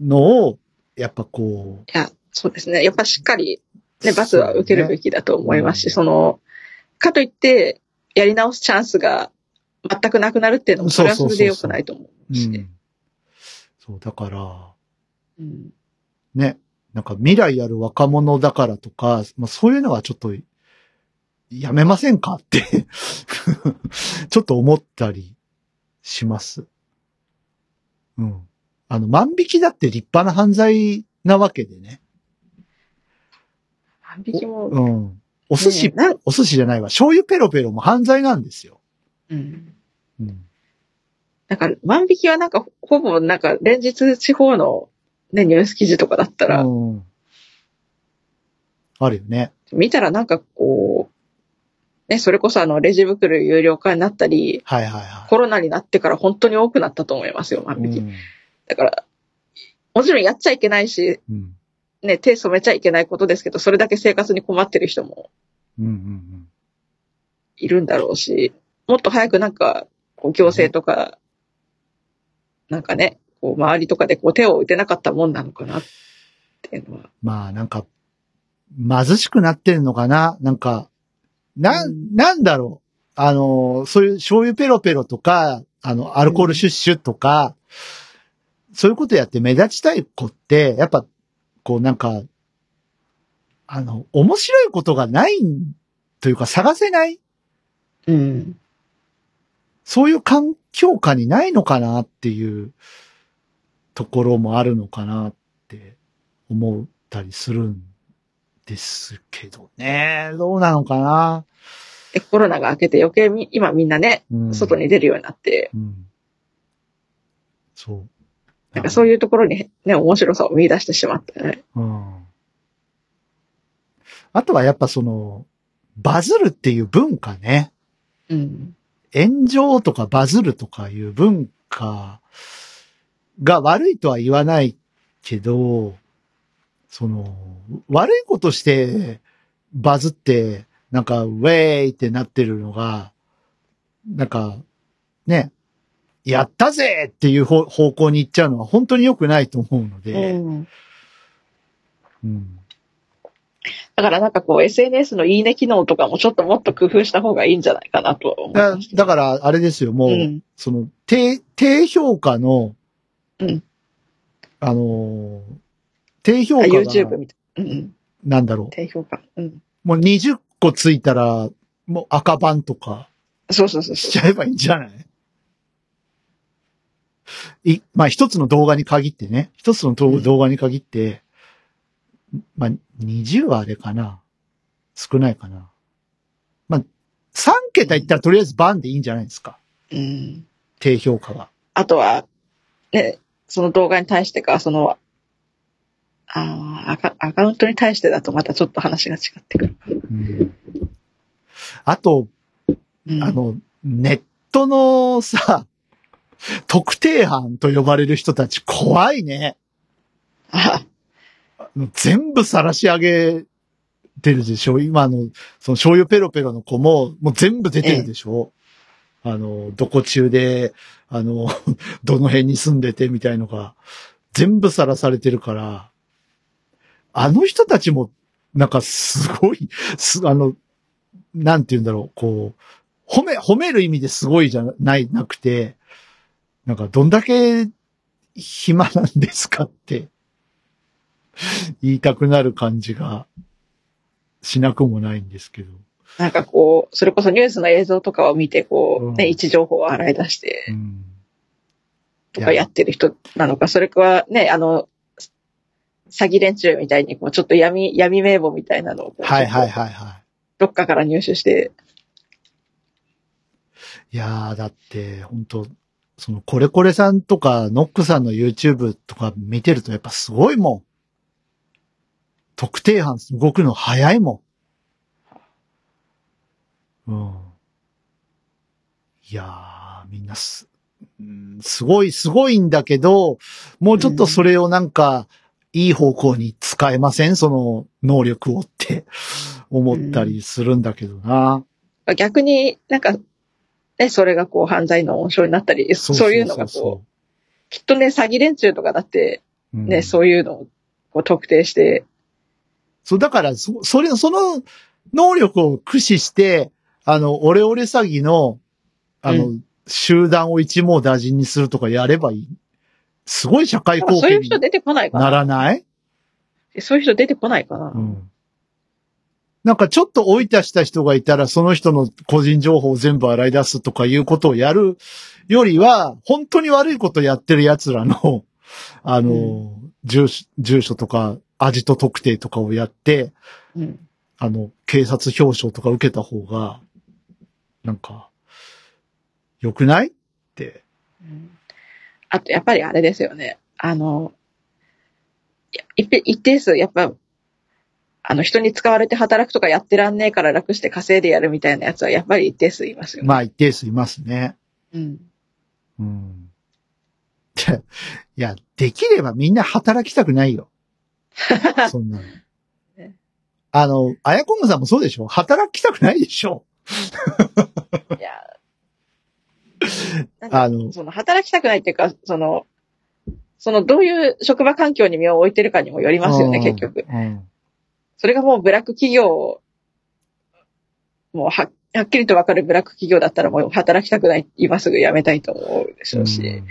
B: のを、やっぱこ
C: いや、そうですね。やっぱしっかり、ね、罰は受けるべきだと思いますし、その、かといって、やり直すチャンスが全くなくなるっていうのも、それはそれで良くないと思う
B: う、う
C: し。
B: ん。そう、だから、
C: うん
B: ね、なんか未来ある若者だからとか、まあそういうのはちょっと、やめませんかって、 ちょっと思ったりします。うん。あの、万引きだって立派な犯罪なわけでね。
C: 万引きも、
B: うん。お寿司、
C: ねな
B: お寿司じゃないわ。醤油ペロペロも犯罪なんですよ。
C: うん。
B: うん。
C: なんか、万引きはなんか、ほぼなんか、連日地方の、ね、ニュース記事とかだったら、
B: うん、あるよね。
C: 見たらなんかこう、ね、それこそあの、レジ袋有料化になったり、
B: はいはいは
C: コロナになってから本当に多くなったと思いますよ、万
B: い。
C: 引き。
B: うん
C: だから、もちろんやっちゃいけないし、
B: うん。
C: ね、手染めちゃいけないことですけど、それだけ生活に困ってる人も
B: うんうんうん。
C: いるんだろうし、もっと早くなんか、こう行政とか、なんかね、こう周りとかでこう手を打てなかったもんなのかなっていうのは。
B: まあなんか、貧しくなってるのかななんか、な、ん、なんだろう。あの、そういう醤油ペロペロとか、あの、アルコールシュッシュとか、そういうことやって目立ちたい子って、やっぱ、こうなんか、あの、面白いことがないというか探せない
C: うん。
B: そういう環境下にないのかなっていうところもあるのかなって思ったりするんですけどね。どうなのかな、
C: でコロナが明けて余計み、今みんなね、
B: うん、
C: 外に出るようになって、
B: うん。そう。
C: なんかそう
B: いう。
C: いうところにね、面白さを見出してしまったよね。
B: うん。あとはやっぱその、バズるっていう文化ね。
C: うん。
B: 炎上とかバズるとかいう文化が悪いとは言わないけど、その、悪いことしてバズって、なんか、ウェーイってなってるのが、なんか、ね、やったぜっていう方方向に行っちゃうのは本当に良くないと思うので、
C: うん
B: うん。
C: だからなんかこう SNS のいいね機能とかもちょっともっと工夫した方がいいんじゃないかなとは思い
B: だ
C: ました
B: だから、あれですよ、もう、
C: うん。
B: その、低、低評価の、
C: うん
B: あのー、低評
C: あ
B: 価が、
C: YouTube みたいな。うん。
B: なんだろ
C: 低評価。うん。
B: う。もう20個ついたら、もう赤番とか
C: そうそうそう
B: し
C: そ
B: ちゃえばいいんじゃないい、まあ一つの動画に限ってね。一つの動
C: うん
B: 動画に限って、まあ20はあれかな。少ないかな。まあ3桁いったらとりあえず番でいいんじゃないですか。
C: う。うん。
B: 低評価は。
C: あとは、ね、その動画に対してか、その、あーアカアカウントに対してだとまたちょっと話が違ってくる。
B: うんあと、
C: うん、
B: あの、ネットのさ、特定班と呼ばれる人たち怖いね。
C: あ
B: 全部晒し上げてるでしょ今の、その醤油ペロペロの子も、もう全部出てるでしょ、あの、どこ中で、あの、 どの辺に住んでてみたいのが、全部晒されてるから、あの人たちも、なんかすごい、す、あの、なんて言うんだろう、こう、褒め、褒める意味ですごいじゃない、なくて、なんかどんだけ暇なんですかって言いたくなる感じがしなくもないんですけど。
C: なんかこう、それこそニュースの映像とかを見て、こう、
B: うん
C: ね、位置情報を洗い出して
B: うん。
C: とかやってる人なのか、それかね、あの、詐欺連中みたいに、こう、ちょっと闇、闇名簿みたいなのをこう、
B: はいはい
C: ちょっと
B: はいは
C: どっかから入手して、
B: い。いやー、だって、本当その、これこれさんとか、ノックさんの YouTube とか見てるとやっぱすごいもん。特定班動くの早いもん。うん。いやー、みんなす、うんすごい、すごいんだけど、もうちょっとそれをなんか、いい方向に使えませんその能力をって思ったりするんだけどな。
C: 逆になんか、ね、それがこう、犯罪の温床になったり、そういうのがこう、きっとね、詐欺連中とかだって、
B: う。うん
C: ね、そういうのをこう特定して、
B: そう、だから、そ、それ、その能力を駆使して、あの、オレオレ詐欺の、あの、
C: う
B: 集団を一網打尽にするとかやればいい。すごい社会
C: なんか
B: 貢
C: そうい
B: 献
C: う
B: に
C: 人出てこないか
B: な
C: な。
B: らない
C: そういう人出てこないかな。
B: うん。なんかちょっと追い出した人がいたら、その人の個人情報を全部洗い出すとかいうことをやるよりは、本当に悪いことやってる奴らの、あの、
C: う
B: 住所、住所とか、アジト特定とかをやって、
C: うん。
B: あの、警察表彰とか受けた方が、なんか、良くないって。
C: うんあと、やっぱりあれですよね。あの、いや一定一定数、やっぱ、あの、人に使われて働くとかやってらんねえから楽して稼いでやるみたいなやつは、やっぱり一定数いますよね。
B: まあ、一定数いますね。
C: うん。
B: うん。 ていや、できればみんな働きたく ないよ。そんなの
C: ね。
B: あの、あやこむさんもそうでしょ働きたくないでしょ
C: いや、
B: あの、
C: その、働きたくないっていうか、その、その、どういう職場環境に身を置いてるかにもよりますよね、
B: うん
C: 結局。
B: うん。
C: それがもうブラック企業もうは、はっきりとわかるブラック企業だったらもう働きたくない、今すぐ辞めたいと思うでしょうし、
B: うん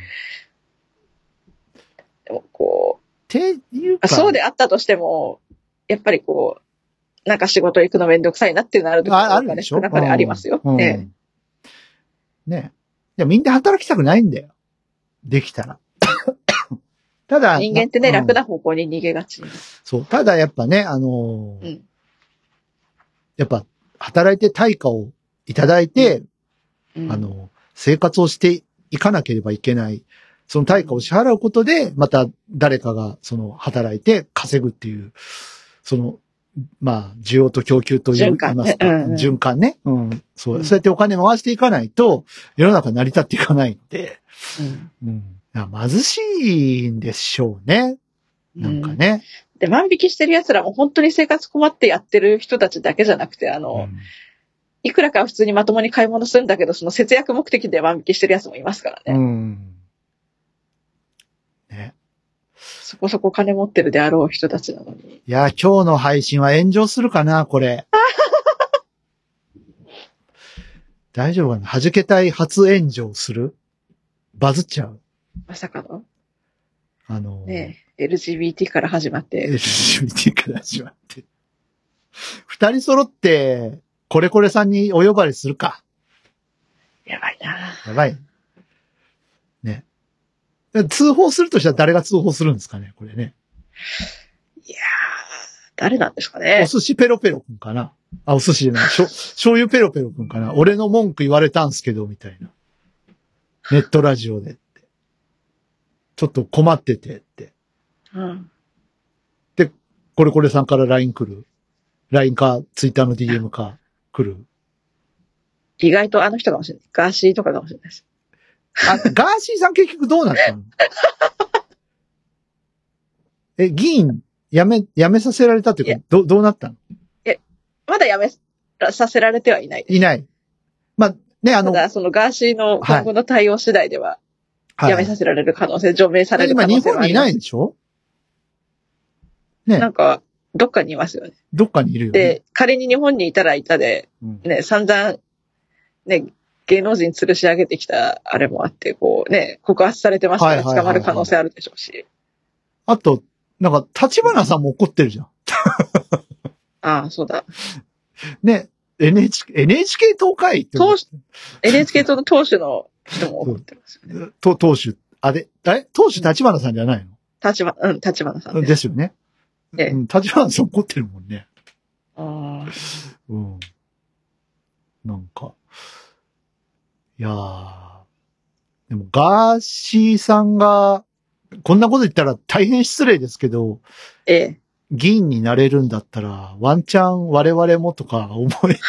C: でもこう
B: ていうか、
C: あ、そうであったとしても、やっぱりこう、なんか仕事行くのめんどくさいなってなると
B: ああるでしょ
C: 中でありますよ。
B: うん
C: ええ
B: ねいや、みんな働きたくないんだよ。できた ら。ただ、
C: 人間ってね、
B: な
C: 楽
B: うん
C: な方向に逃げがち。
B: そう。ただやっぱね、あのー
C: うん
B: やっぱ働いて対価をいただいて、
C: うん
B: あ、の、生活をしていかなければいけない。その対価を支払うことで、また誰かがその働いて稼ぐっていう、その、まあ、需要と供給と言い
C: 循環ね
B: ますか、
C: うんうん
B: 循環ね。うん。そうう。
C: ん
B: そうやってお金回していかないと、世の中成り立っていかないんで、
C: うん
B: うん。いや貧しいんでしょうね。なんかね。
C: で、万引きしてる奴らも本当に生活困ってやってる人たちだけじゃなくて、あの、
B: うん
C: いくらかは普通にまともに買い物するんだけど、その節約目的で万引きしてる奴もいますからね。
B: うん。ね。
C: そこそこ金持ってるであろう人たちなのに。
B: いや、今日の配信は炎上するかな、これ。大丈夫かな弾けたい初炎上するバズっちゃう
C: まさかの
B: あの、
C: ね、LGBT から始まって、
B: LGBT から始まって。二人揃って、これこれさんにお呼ばれするか。
C: やばいな
B: やばい。ね。通報するとしたら誰が通報するんですかねこれね。
C: いやー誰なんですか
B: お
C: ね。
B: 寿司ペロペロくんかなあ、お寿司じゃない。しょ醤油ペロペロくんかな俺の文句言われたんすけど、みたいな。ネットラジオでって。ちょっと困っててって。
C: うん。
B: これこれさんから LINE 来る ?LINE か、Twitter の DM か来る
C: 意外とあの人かもしれない。ガーシーとかかもしれないです。
B: あ、ガーシーさん結局どうなったの え、議員、辞め、辞めさせられたというか、ど、どうなったの
C: まだやめさせられてはいないです。
B: いない。まあ、ね、あ
C: た
B: の、
C: だ、そのガーシーの今後の対応次第では、
B: はい
C: やめさせられる可能性、除名される
B: 今
C: 可
B: 日
C: 能性
B: 本
C: はあ
B: にい
C: りま
B: な
C: す
B: いんでしょね
C: なんか、どっかにいますよね。
B: どっかにいるよね。
C: で、仮に日本にいたらいたで、
B: うん
C: ね、散々、ね、芸能人吊るし上げてきたあれもあって、こうね、告発されてますか
B: はい
C: ら
B: はいはい
C: 捕
B: は
C: ま
B: い
C: る可能性あるでしょうし。
B: あと、なんか、立花さんも怒ってるじゃん。
C: ああ、そうだ。
B: ね。NHK、NHK 党会って。
C: 党首、NHK 党の党首の人も怒ってますよね。
B: 党、党首、あれ、え党首立花さんじゃない
C: 立花、うん、立花さん
B: の
C: ね。
B: ですよね。
C: ええ
B: うん立花さん怒ってるもんね。
C: ああ
B: うん。なんか。いやー。でも、ガーシーさんが、こんなこと言ったら大変失礼ですけど、
C: ええ。
B: 議員になれるんだったら、ワンチャン我々もとか思え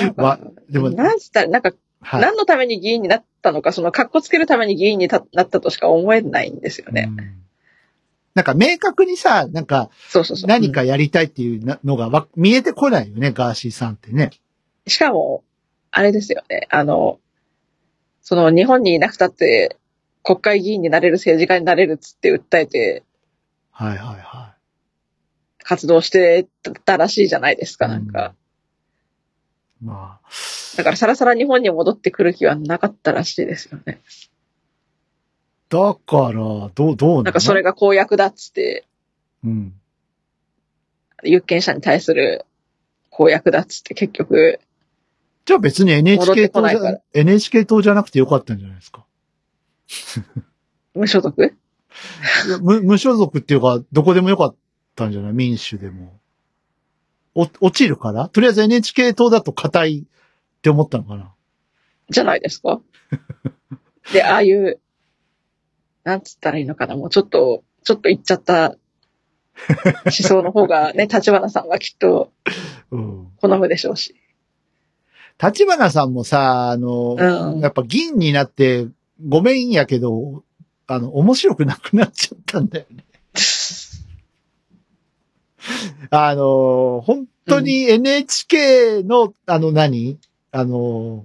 C: なんか
B: わでも
C: なんつったら、なんか、
B: はい
C: 何のために議員になったのか、その、格好つけるために議員にたなったとしか思えないんですよね。
B: うんなんか明確にさ、なんか
C: そうそうそう。
B: 何かやりたいっていうなのがわ見えてこないよね、ガーシーさんってね。
C: しかも、あれですよね。あの、その日本にいなくたって国会議員になれる政治家になれるっつって訴えて
B: はいはいは
C: 活動してたらしいじゃないですか、なんか。
B: い。まあ、
C: だからさらさら日本に戻ってくる気はなかったらしいですよね。
B: だから、どう、どうの
C: なんかそれ。が公約だっつって、
B: うん。
C: 有権者に対する公約だっつって結局、
B: じゃあ別に
C: 戻っ
B: NHK
C: てこ
B: 党
C: な
B: じ
C: いか
B: ゃ
C: ら、
B: NHK 党じゃなくてよかったんじゃないですか。
C: 無所属
B: いや無無所属っていうか、どこでもよかったんじゃない民主でも。お、落ちるからとりあえず NHK 党だと硬いって思ったのかな。
C: じゃないです かで、ああいう、なんつったらいいのかな、もうちょっと、ちょっと言っちゃった思想の方が ね、立花さんはきっと
B: うん。
C: 好むでしょうし。
B: 立花さんもさ、あの、
C: うん
B: やっぱ銀になって、ごめんやけど、あの、面白くなくなっちゃったんだよね。あの、本当に NHK の、あの何あの、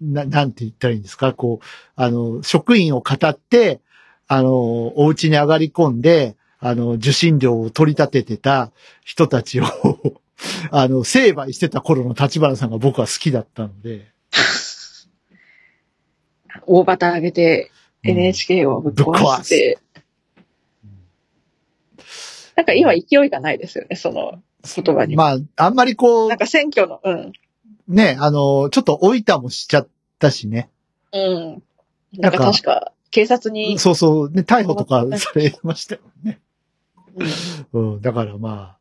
B: な、なんて言ったらいいんですかこう、あの、職員を語って、あの、お家に上がり込んで、あの、受信料を取り立ててた人たちを、あの、成敗してた頃の立花さんが僕は好きだったので、
C: 大旗上げて
B: うん
C: NHK をぶっ壊して
B: ぶっ
C: なんか今勢いがないですよね、その言葉に。
B: まあ、あんまりこう
C: なん、か選挙の、うん。
B: ね、あの、ちょっと老いたもしちゃったしね。
C: うん。
B: な
C: なんん
B: か
C: か確か、警察に、
B: そうそう、ね、逮捕とかされましたよね。
C: うん
B: うん、だからま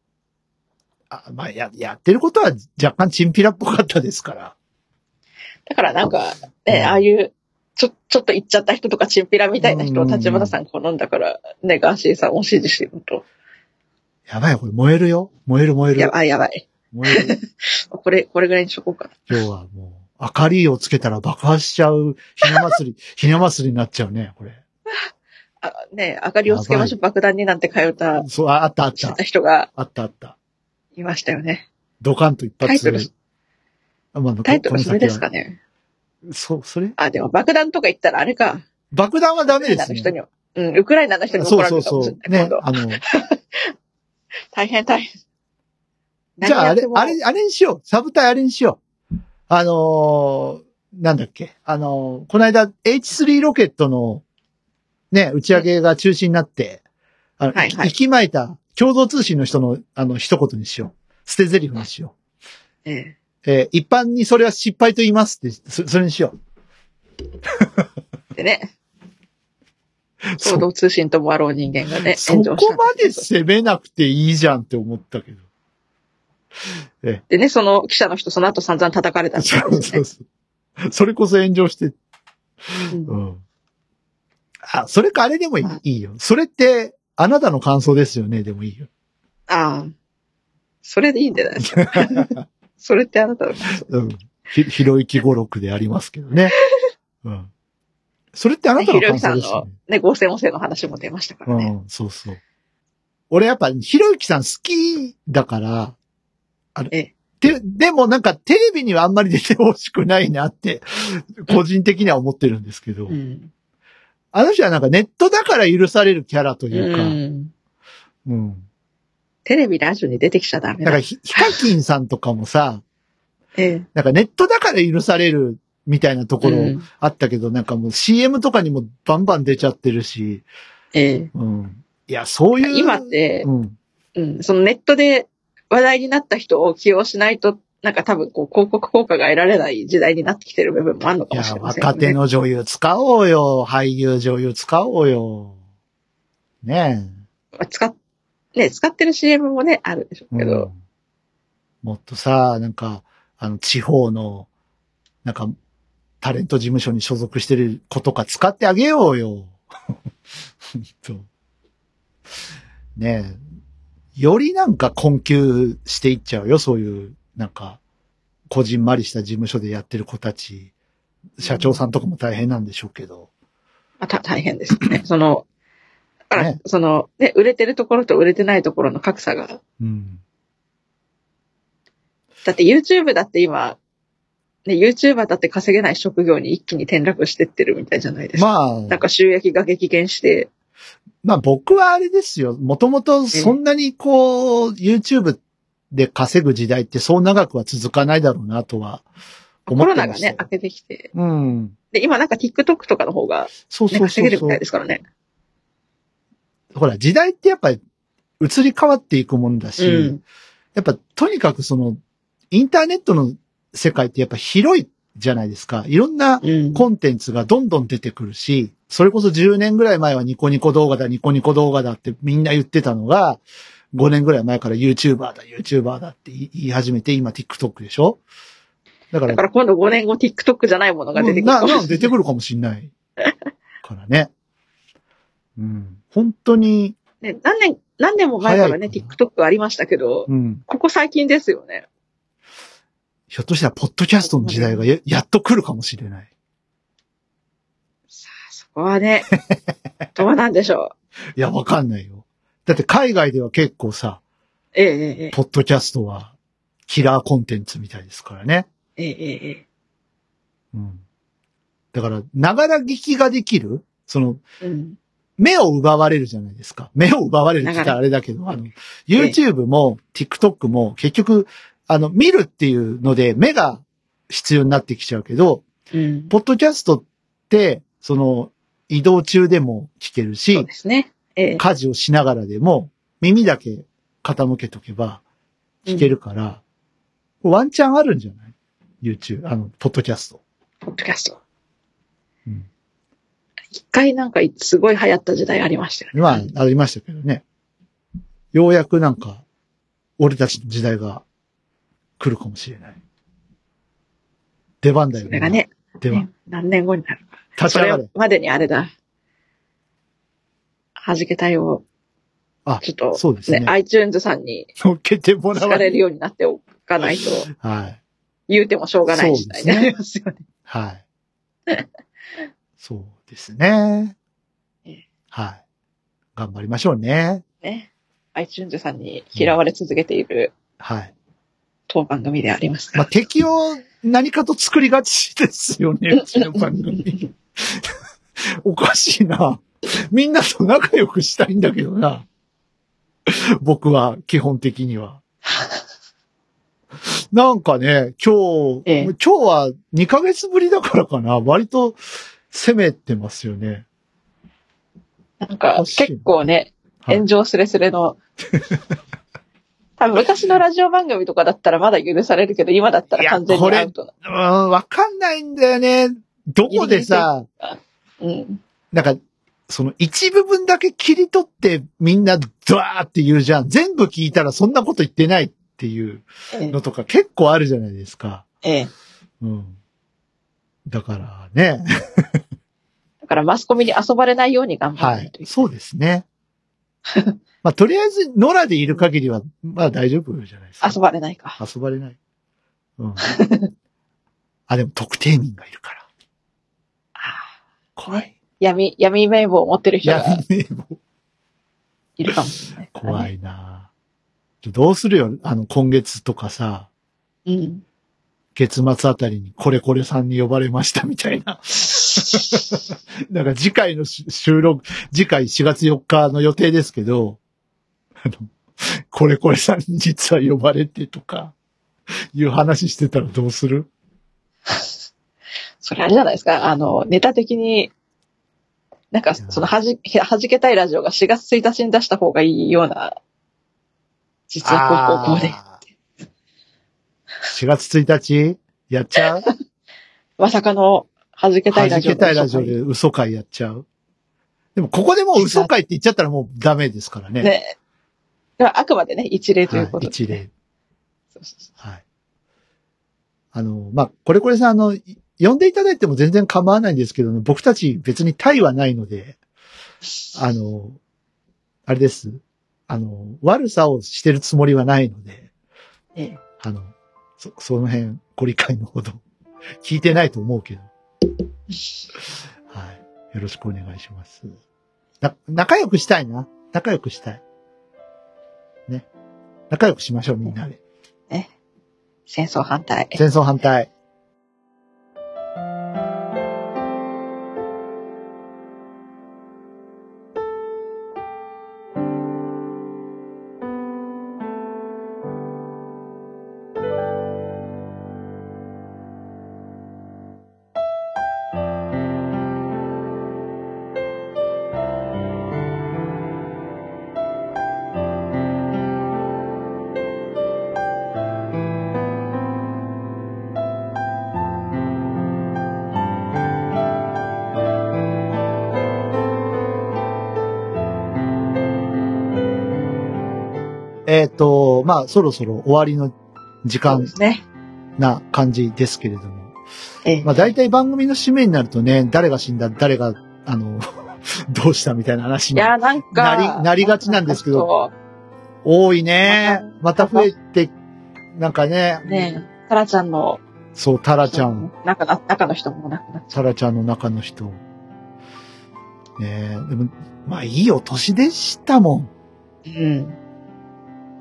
B: あ、あまあや、やってることは若干チンピラっぽかったですから。
C: だからなん
B: う
C: か、
B: ん
C: ね、ああいう、ちょ、ちょっと行っちゃった人とかチンピラみたいな人を立花さん好んだから、ね、ガーシーさんを支持してると。
B: やばいよ、これ燃えるよ。燃える燃え
C: や
B: る。
C: ばいやばい。
B: 燃え る。
C: これ、これぐらいにしとこうかな。
B: 今日はもう、明かりをつけたら爆破しちゃう、ひな祭り、 ひな祭りになっちゃうね、これ。
C: あね、明かりをつけましょう、爆弾になんて通った、
B: そう、ああったあっ
C: して
B: た
C: た。人が
B: あったあった。
C: いましたよね。
B: ドカンと一
C: タイ
B: 発
C: トル。
B: あまあ
C: タイトルそれですか
B: こ
C: ね。
B: の先はそう、それ
C: あ、でも爆弾とか言ったらあれか。
B: 爆弾はダメ
C: ウクライ
B: で
C: ナ
B: す
C: の
B: ね
C: 人。にも、うん、ウクライナの人にも怒
B: そう
C: られ
B: そう
C: るか
B: そ
C: もしれ
B: う。
C: ない。
B: ね
C: 今度、
B: あ の、
C: 大変大変。
B: じゃああれ、あ
C: 何やっても
B: れ、あれにしよう。サブタイあれにしよう。あのーなんだっけ。あのーこの間 H3 ロケットの、ね、打ち上げが中止になって、あの、
C: はいはい
B: 息巻いた共同通信の人の、あの、一言にしよう。捨て台詞にしよ
C: ええ
B: う。えー一般にそれは失敗と言いますって、そそれにしよう。
C: でね、共同通信ともあろう人間がね、
B: そ
C: 炎
B: そ
C: 上した
B: こ
C: んです
B: まで
C: けど
B: 攻めなくていいじゃんって思ったけど。
C: でね、その記者の人、その後散々叩かれたみたい
B: そう
C: です
B: そ
C: ね
B: う。そう。それこそ炎上して
C: うん
B: うんあ、それかあれでもいいいいよ。それって、あなたの感想ですよね、でもいいよ。
C: ああ。それでいいんじゃないですか。 それってあなたの
B: うん。ひ、ひろゆき語録でありますけど ね。うん。それってあなたの
C: ひろゆ
B: 感想で
C: きさん
B: すよ
C: の
B: ね。
C: ね、合成音声の話も出ましたからね。
B: うん、そうそう。俺やっぱ、ひろゆきさん好きだから、あれ、
C: ええ
B: で、でもなんかテレビにはあんまり出てほしくないなって、個人的には思ってるんですけど、
C: うん。
B: あの人はなんかネットだから許されるキャラというか、
C: うん
B: うん
C: テレビ、ラジオに出てきちゃダメ
B: なんか
C: だ。
B: ヒ、ヒカキンさんとかもさ、
C: ええ
B: なんかネットだから許されるみたいなとこ
C: う
B: ろ
C: ん
B: あったけど、なんかもう CM とかにもバンバン出ちゃってるし、
C: ええ
B: うん。いや、そういう。
C: 今って
B: う、ん。
C: うん、そのネットで話題になった人を起用しないと、なんか多分こう広告効果が得られない時代になってきてる部分もあるの
B: い
C: かもし
B: や、
C: れません、ね。
B: 若手の女優使おうよ。俳優女優使おうよ。ね
C: まあ使っ、ね、使ってる CM もね、あるでしょ
B: え。
C: うけ
B: う
C: ど、
B: んもっとさ、なんか、あの、地方の、なんか、タレント事務所に所属してる子とか使ってあげようよ。ほんとねえ。よりなんか困窮していっちゃうよ、そういう、なんか、こじんまりした事務所でやってる子たち。社長さんとかも大変なんでしょうけど。
C: まあ、た大変です よね。その、だから、
B: ね
C: その、ね、売れてるところと売れてないところの格差が、
B: うん。
C: だって YouTube だって今、ね、YouTuber だって稼げない職業に一気に転落してってるみたいじゃないですか。
B: ま
C: なん
B: あ、
C: か収益が激減して、
B: まあ僕はあれですよ。もともとそんなにこう、YouTube で稼ぐ時代ってそう長くは続かないだろうなとは
C: コ
B: 思っ
C: ロ
B: て
C: ナ
B: ま
C: が
B: した
C: ね、
B: よ。
C: 明けてきて。
B: うん。
C: で、今なんか TikTok とかの方が、
B: そう
C: ね、
B: そうそ
C: 稼
B: う
C: げる
B: そう
C: みたいですからね。
B: ほら、時代ってやっぱり移り変わっていくもんだし、
C: うん。
B: やっぱとにかくその、インターネットの世界ってやっぱ広いじゃないですか。いろんな
C: うん
B: コンテンツがどんどん出てくるし、それこそ10年ぐらい前はニコニコ動画だ、ニコニコ動画だってみんな言ってたのが、5年ぐらい前から YouTuber だ、YouTuber だって言い言い始めて、今 TikTok でしょだから
C: だか、ら今度5年後 TikTok じゃないものが出てくる
B: な、
C: かもしれ
B: な
C: ない。
B: 出てくるかもしんない。からね。うん。本当に、
C: ね、何年、何年も前からね、
B: 早いか
C: TikTok ありましたけど、
B: うん。
C: ここ最近ですよね。
B: ひょっとしたら、ポッドキャストの時代がややっと来るかもしれない。
C: さあ、そこ はね、どうなんでしょう。
B: いや、わかんないよ。だって海外では結構さ、
C: ええええ
B: ポッドキャストはキラーコンテンツみたいですからね。
C: ええええええ
B: うん。だから、ながら聞きができるその、
C: うん。
B: 目を奪われるじゃないですか。目を奪われるって言ったらあれだけど、あの、YouTube も TikTok も結局、あの、見るっていうので目が必要になってきちゃうけど、
C: うん。
B: ポッドキャストって、その、移動中でも聞ける
C: そう
B: し、
C: ですね。ええ。
B: 家事をしながらでも、耳だけ傾けとけば聞けるから、ワンチャンあるんじゃない ?YouTube、あの、ポッドキャスト。
C: ポッドキャスト
B: うん。
C: 一回なんかすごい流行った時代ありましたよね。
B: まあ、ありましたけどね。ようやくなんか、俺たちの時代が来るかもしれない。出番だよ
C: そ
B: ね。
C: れがね、
B: 出番。
C: ね何年後になるか。
B: 立ち
C: そ
B: 上が
C: れ
B: れ。
C: までにあれだ。弾けたいを、
B: あ
C: ちょっと、
B: そうですね
C: iTunes さんに
B: 乗っけてもら
C: 好
B: わ
C: か
B: れ
C: れ
B: る。
C: るようになっておかないと、
B: はい。
C: 言うてもしょうがない時代になります よね。
B: はい。そうですね
C: ええ。
B: はい。頑張りましょうね。
C: ね iTunes さんに嫌われ続けている
B: はい。
C: 当番組でありますか
B: まあ、
C: ら。
B: 敵を何かと作りがちですよね、うちの番組。おかしいな。みんなと仲良くしたいんだけどな。僕は、基本的には。なんかね、今日、
C: ええ
B: 今日は2ヶ月ぶりだからかな。割と攻めてますよね。
C: なんか、結構ね、
B: はい
C: 炎上すれすれ の、多分昔のラジオ番組とかだったらまだ許されるけど、今だったら完全
B: いやこ
C: に
B: れ
C: アウトな。
B: うん、わかんないんだよね。どこでさ、
C: うん。
B: なんか、その一部分だけ切り取ってみんなドワーって言うじゃん。全部聞いたらそんなこと言ってないっていう
C: ええ
B: のとか結構あるじゃないですか。
C: ええ。
B: うん。だからね。
C: だからマスコミに遊ばれないように頑張ら
B: は
C: ない
B: い
C: とい。け
B: そうです ね。まあ、とりあえず、野良でいる限りは、まあ大丈夫じゃないです
C: な
B: か
C: い。遊。ばれないか。
B: 遊ばれない。 うん。あ、でも特定人がいるから。
C: ああ
B: 怖い。
C: 闇、闇名簿を持ってる
B: い
C: 人
B: や
C: が、
B: ね
C: いるかもしれない。
B: 怖
C: い。
B: いなどうするよあの、今月とかさ。
C: うん。
B: 月末あたりにこれこれさんに呼ばれましたみたいな。 なんか次回のし収録、次回4月4日の予定ですけど、あの、これこれさんに実は呼ばれてとか、いう話してたらどうする
C: それあれじゃないですか。あの、ネタ的に、なんか、その、はじ、はじけたいラジオが4月1日に出した方がいいような、実はこう、こう、こうで。
B: あー4月1日やっちゃう
C: まさかの、はじけたい
B: 弾
C: ラジオ。
B: けたいラジオで。嘘会やっちゃうでもここでもう嘘会って言っちゃったらもうダメですからね。
C: ね。ではあくまでね、一例とい
B: は
C: うこと
B: い、
C: で。
B: 一例。
C: そうそうそ
B: はい。あの、まあ、これこれさん、あの、い呼んでいただいても全然構わないんですけど、ね、僕たち別に対はないので、あの、あれです。あの、悪さをしてるつもりはないので、
C: う。ね
B: あの、そ、その辺、ご理解のほど、聞いてないと思うけど。はい。よろしくお願いします。な、仲良くしたいな。仲良くしたい。ね。仲良くしましょう、みんなで。
C: 戦争反対。
B: 戦争反対。えっ、と、まあ、そろそろ終わりの時
C: そう
B: 間
C: ですね。
B: な感じですけれども。
C: ええ
B: まあ、大体番組の締めになるとね、誰が死んだ、誰が、あの、 どうしたみたいな話
C: い
B: に
C: や、なんか。
B: なりなりがちなんですけど
C: そ
B: 多いね。また増えて、なんかね
C: う、ねタラちゃんの、
B: そう、タラちゃん、。
C: なんかな、中の人も亡くなっちゃ
B: タラちゃんの中の人。ねえ、でも、まあ、いいお年でしたもん。
C: う。うん。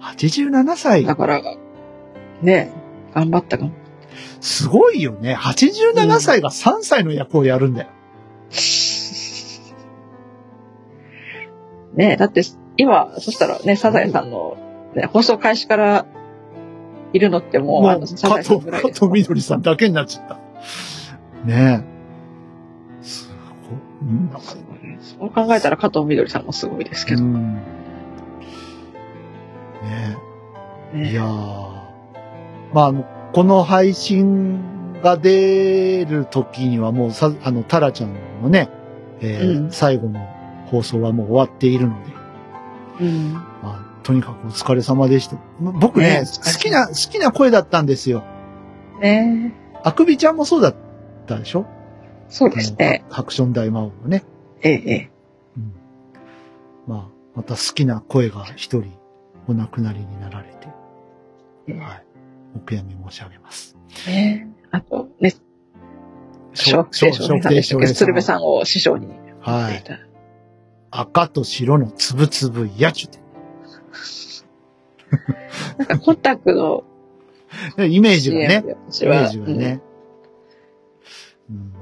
B: 87歳
C: だ。から、ね頑張ったかも。
B: すごいよね。87歳が3歳の役をやるんだよ。
C: ねえだって、今、そしたらね、サザエさんの、ね、放送開始からいるのってもう、
B: も
C: あ
B: う、
C: の、サザ
B: 加
C: エさ
B: 藤、
C: んぐら
B: 加
C: いです
B: 藤みどりさんだけになっちゃった。ねえ。すごい。うんなんか
C: そう考えたら加藤みどりさんもすごいですけど
B: う
C: ね。
B: んねえ。いやーまああの、この配信が出る時にはもうさ、あの、タラちゃんのね、えー
C: うん
B: 最後の放送はもう終わっているので、
C: うん。
B: まあ、とにかくお疲れ様でした。ま僕ね
C: ねえ
B: 好きな、好きな声だったんですよ。
C: ねえ
B: あくびちゃんもそうだったでしょ
C: そうですね。
B: あのハクション大魔王のね。
C: ええ、
B: うん。まあ、また好きな声が一人お亡くなりになられて、
C: ええね
B: はい。お悔やみ申し上げます。
C: え。あと、ね、小学生少年さんでしたっけ鶴瓶さんを師匠に。
B: は
C: え
B: い。赤と白のつぶつぶやちゅ
C: えなんか、コンタクト
B: て。イメージが
C: の CM
B: ね。
C: で私
B: イメー
C: は、
B: ジがね。うん。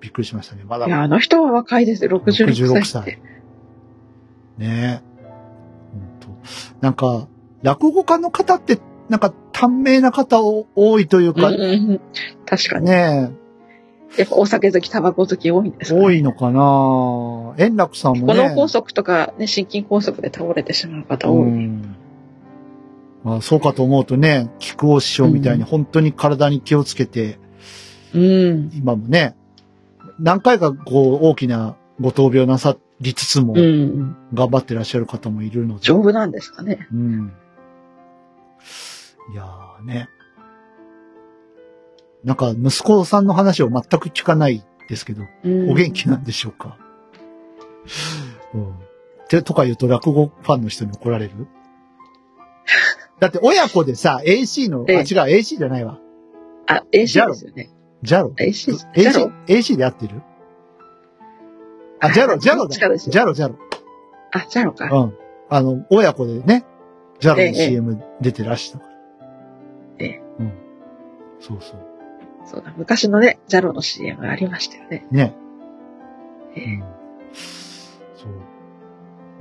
B: びっくりしましたね。ま
C: う
B: だ
C: んいや、あの人は若いですよ、66
B: 66
C: 歳って
B: 歳。。ねえ。本当なんか、落語家の方って、なんか、短命な方を多いという
C: うん
B: か、
C: うんうん確かに。
B: ねえ、
C: やっぱお酒好き、タバコ好き多いんですかね
B: 多いのかな円楽さんも
C: この
B: ね。
C: 梗塞とか、ね、心筋梗塞で倒れてしまう方
B: う
C: 多い。
B: んまあ、そうかと思うとね、菊尾師匠みたいに
C: う
B: 本当に体に気をつけて、
C: うん。
B: 今もね、何回かこう大きなご闘病なさりつつも
C: うん。
B: 頑張ってらっしゃる方もいるので。
C: 丈夫なんですかね。
B: うん。いやーね。なんか息子さんの話を全く聞かないですけど、
C: うん
B: お元気なんでしょうか。うん。ってとか言うと落語ファンの人に怒られるだって親子でさ、AC の、あ、
C: ええ
B: 違う、AC じゃないわ。
C: あ、
B: ジャ
C: AC
B: ロ
C: ですよね。
B: ジャロ。
C: AC、ジャ
B: AC
C: ロ、
B: AC で合ってるあ、ジャロ、ジャロ
C: どっ
B: だ
C: ちか。です
B: ジ
C: よ
B: ャロ、ジャロ。
C: あ、ジャロか。
B: うん。あの、親子でね、ジャロ
C: え
B: の
C: え
B: CM 出てらしたから。
C: ええ
B: うん。そうそう。
C: そうだ。昔のね、ジャロの CM ありましたよね。
B: ね。
C: え
B: う
C: え
B: ん。そう。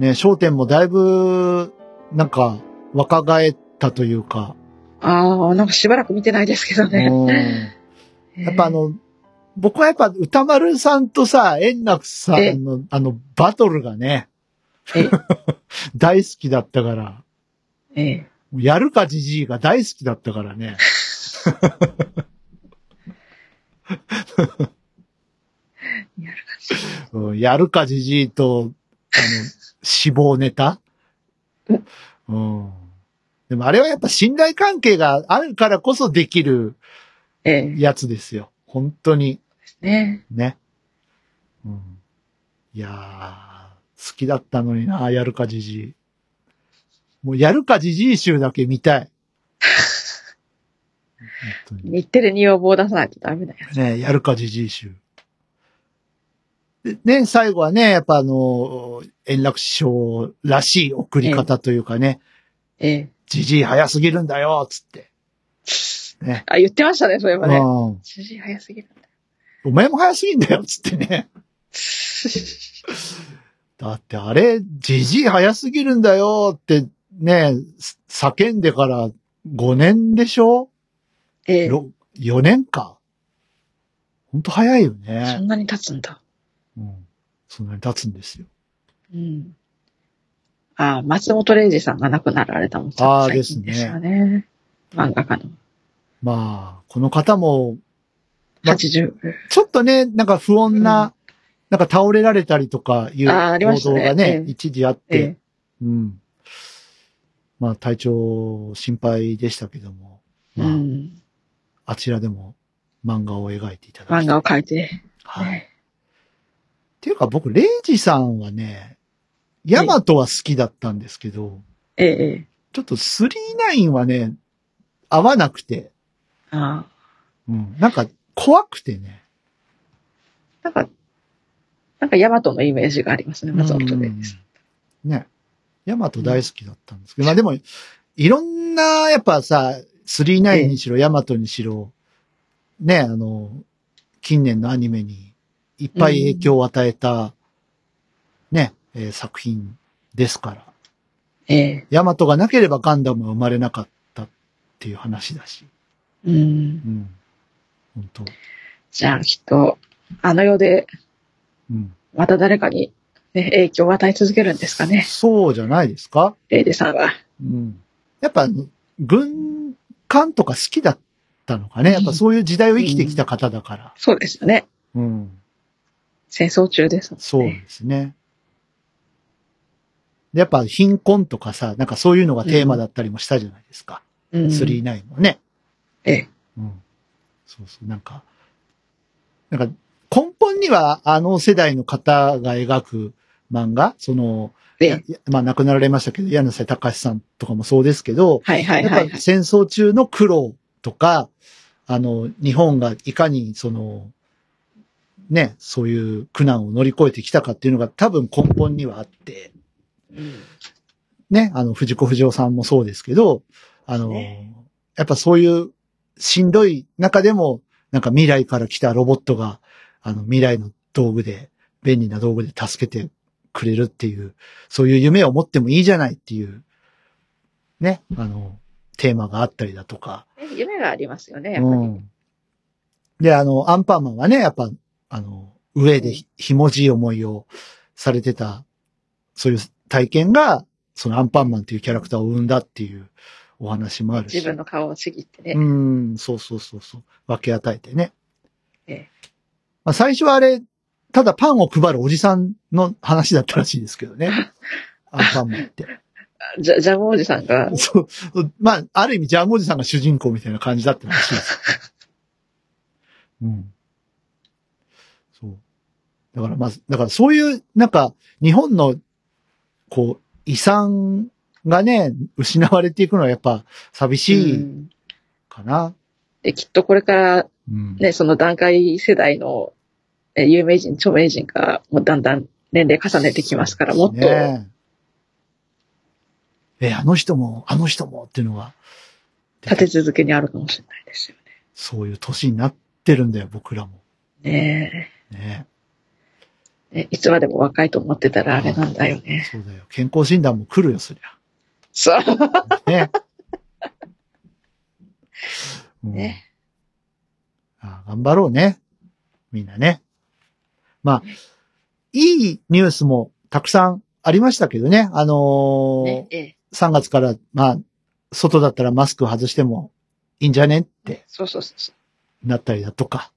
B: ね、商店もだいぶ、なんか、若返ったというか、
C: ああ、なんかしばらく見てないですけど
B: うん
C: ね。
B: やっぱあの、僕はやっぱ歌丸さんとさ、円楽さんのあのバトルがね
C: ええ、
B: 大好きだったから、
C: ええ、
B: やるかじじいが大好きだったからね。
C: やるかし
B: うんやるかじじいと、あの、死亡ネタ
C: う
B: う
C: ん
B: ん。でもあれはやっぱ信頼関係があるからこそできる
C: ええ、
B: やつですよ。本当に。
C: ね。
B: ね。うん。いやー、好きだったのにな、やるかじじい。もうやるかじじい集だけ見た い。本当に。
C: 日テレに要望出さないとダメだよ。
B: ね、やるかじじい集。でね、最後はね、やっぱあの、円楽師匠らしい送り方というかね、
C: ええ。
B: じじい早すぎるんだよ、つって。ね。
C: あ、言ってましたね、そういえば
B: う
C: ね。
B: ん。
C: 主人早すぎる んだ。
B: お前も早すぎんだよ、つってね。だってあれ、じじい早すぎるんだよってね、す叫んでから5年でしょ
C: ええ。
B: ろ ?4 年か。ほんと早いよ
C: そ
B: ね。
C: んなに経つんだ。
B: うん。そんなに経つんですよ。
C: うん。ああ、松本零士さんが亡くなられたもん
B: ああ
C: 最近
B: ですね
C: よね。漫画家の。
B: まあ、この方も、まあ
C: 80。
B: ちょっとね、なんか不穏な、なんか倒れられたりとかいう
C: あーありま
B: 報
C: したね
B: 道がね
C: え、え
B: 一時あっ
C: え
B: て、
C: え。
B: うん。まあ、体調心配でしたけども、
C: う
B: まあ、
C: ん。
B: あちらでも漫画を描いていただき
C: 漫画を描いて。
B: はい。っ
C: ね
B: ていうか僕、レイジさんはね、ヤマトは好きだったんですけど、
C: ええ、ええ。
B: ちょっと39はね、合わなくて、
C: ああ。
B: うん。なんか、怖くてね。
C: なんか、なんかヤマトのイメージがありますね、松本零士さん。
B: うんね。ヤマト大好きだったんですけど、まあでも、いろんな、やっぱさ、39にしろ、ヤマトにしろ、ね、あの、近年のアニメにいっぱい影響を与えた、ね、えー作品ですから。
C: え
B: ヤマトがなければガンダムは生まれなかったっていう話だし。
C: えうん。
B: うん。本当
C: じゃあ、きっと、あの世で、
B: うん。
C: また誰かに、ね、影響を与え続けるんですかね。
B: そうじゃないですか
C: レイデさんは。
B: うん。やっぱ、軍艦とか好きだったのかね。やっぱそういう時代を生きてきた方だから。
C: そうですよね。
B: うん。
C: 戦争中ですもんね。
B: そうですね。でやっぱ貧困とかさ、なんかそういうのがテーマだったりもしたじゃないですか。
C: うん。
B: 39もね。
C: ええ。
B: うん。そうそう、なんか、なんか根本にはあの世代の方が描く漫画、その、
C: え
B: や
C: え。
B: やまあ亡くなられましたけど、柳瀬隆さんとかもそうですけど、
C: はいはいは
B: やっ
C: いは
B: ぱ
C: い。
B: 戦争中の苦労とか、あの、日本がいかにその、ね、そういう苦難を乗り越えてきたかっていうのが多分根本にはあって、
C: うん
B: ね、あの、藤子不二雄さんもそうですけど、あの、
C: ね
B: やっぱそういうしんどい中でも、なんか未来から来たロボットが、あの、未来の道具で、便利な道具で助けてくれるっていう、そういう夢を持ってもいいじゃないっていう、ね、あの、テーマがあったりだとか、
C: ね夢がありますよね、やっぱり。
B: うん。で、あの、アンパンマンはね、やっぱ、あの、上でひひもじい思いをされてた、そういう体験が、そのアンパンマンというキャラクターを生んだっていうお話もあるし。
C: 自分の顔をちぎってね。
B: うん、そうそうそうそう。分け与えてね。
C: ええ
B: まあ、最初はあれ、ただパンを配るおじさんの話だったらしいですけどね。 アンパンマンって。
C: ジャジャムおじさん が、
B: そう。まあ、ある意味、ジャムおじさんが主人公みたいな感じだったらしいです。 うん。そう。だから、まあ、だからそういう、なんか、日本の、こう、遺産がね、失われていくのはやっぱ寂し
C: う
B: い
C: ん
B: かな。
C: で、きっとこれから、
B: うん。
C: ね、その段階世代の、え有名人、著名人が、もうだんだん年齢重ねてきますから、もっと、
B: ねえ、あの人も、あの人もっていうのが、
C: 立て続けにあるかもしれないですよ
B: そういう年になってるんだよ、僕らも。
C: ね。ね
B: ね
C: えねいつまでも若いと思ってたらあれなんだよ
B: え
C: ね。
B: そうだよ。健康診断も来るよ、そり
C: そう。
B: ゃ。ねえ。うん
C: ね
B: あ頑張ろうね。みんなね。まあ、いいニュースもたくさんありましたけどね。あのー
C: ねええ
B: 3月から、まあ、外だったらマスク外してもいいんじゃねって
C: そうそうそうそう。
B: なったりだとか、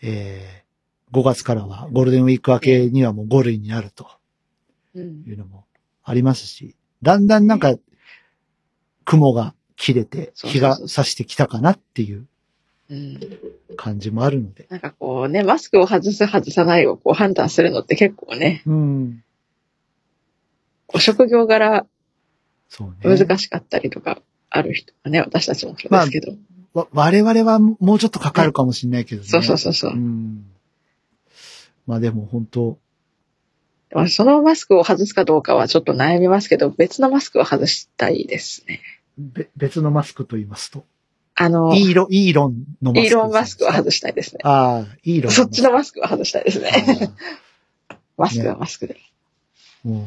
B: えー、5月からはゴールデンウィーク明けにはもう5類になると
C: うん
B: い、うのもありますし、だんだんなんか雲が切れて
C: そうそうそう
B: 日が差してきたかなっていう
C: うん。
B: 感じもあるので。
C: なんかこうね、マスクを外す、外さないをこう判断するのって結構ね、
B: うん。
C: こう職業柄
B: そうね。
C: 難しかったりとかある人はね、私たちもそうですけど。
B: わ我々はもうちょっとかかるかもしれないけどね。
C: そうそうそうそう
B: う。ん。まあでも本当、
C: まあそのマスクを外すかどうかはちょっと悩みますけど、別のマスクを外したいですね。
B: べ別のマスクと言いますと、
C: あの、イ
B: イーロン、イーロンのマスク。
C: ーロンマスクを外したいですね。
B: ああ、イーロン。
C: そっちのマスクを外したいですね。
B: あ
C: マスクはマスクで。
B: あもう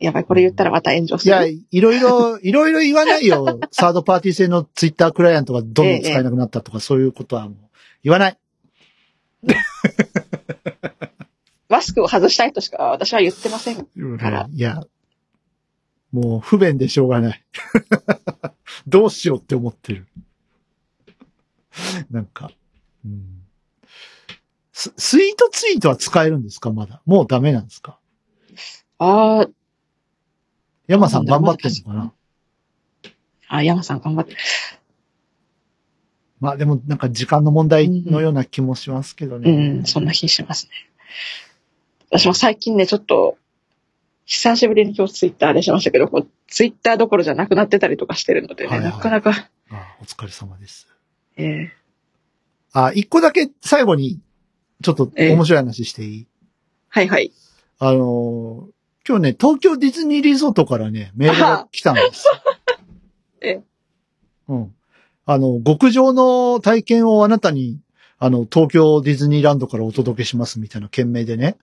C: やばい、これ言ったらまた炎上す
B: い
C: る。
B: や、いろいろ、いろいろ言わないよ。サードパーティー製のツイッタークライアントがどんどん使えなくなったとか、そういうことはもう言わない。
C: マスクを外したいとしか私は言ってません。あら
B: いや、もう不便でしょうがない。 どうしようって思ってる。なんか、うんス。スイートツイートは使えるんですかまだ。もうダメなんですか
C: あー
B: 山さん頑張ってんのかな
C: あ、山さん頑張って。
B: まあでもなんか時間の問題のような気もしますけどね。
C: うん、そんな気しますね。私も最近ね、ちょっと、久しぶりに今日ツイッターでしましたけど、こうツイッターどころじゃなくなってたりとかしてるのでね、
B: はいはい
C: なかなか、
B: あお疲れ様です。
C: えー
B: あ、一個だけ最後に、ちょっと面白い話していい、
C: はいはい。
B: あのー今日ね、東京ディズニーリゾートからね、メールが来たん です。
C: え
B: うん。あの、極上の体験をあなたに、あの、東京ディズニーランドからお届けしますみたいな件名でね、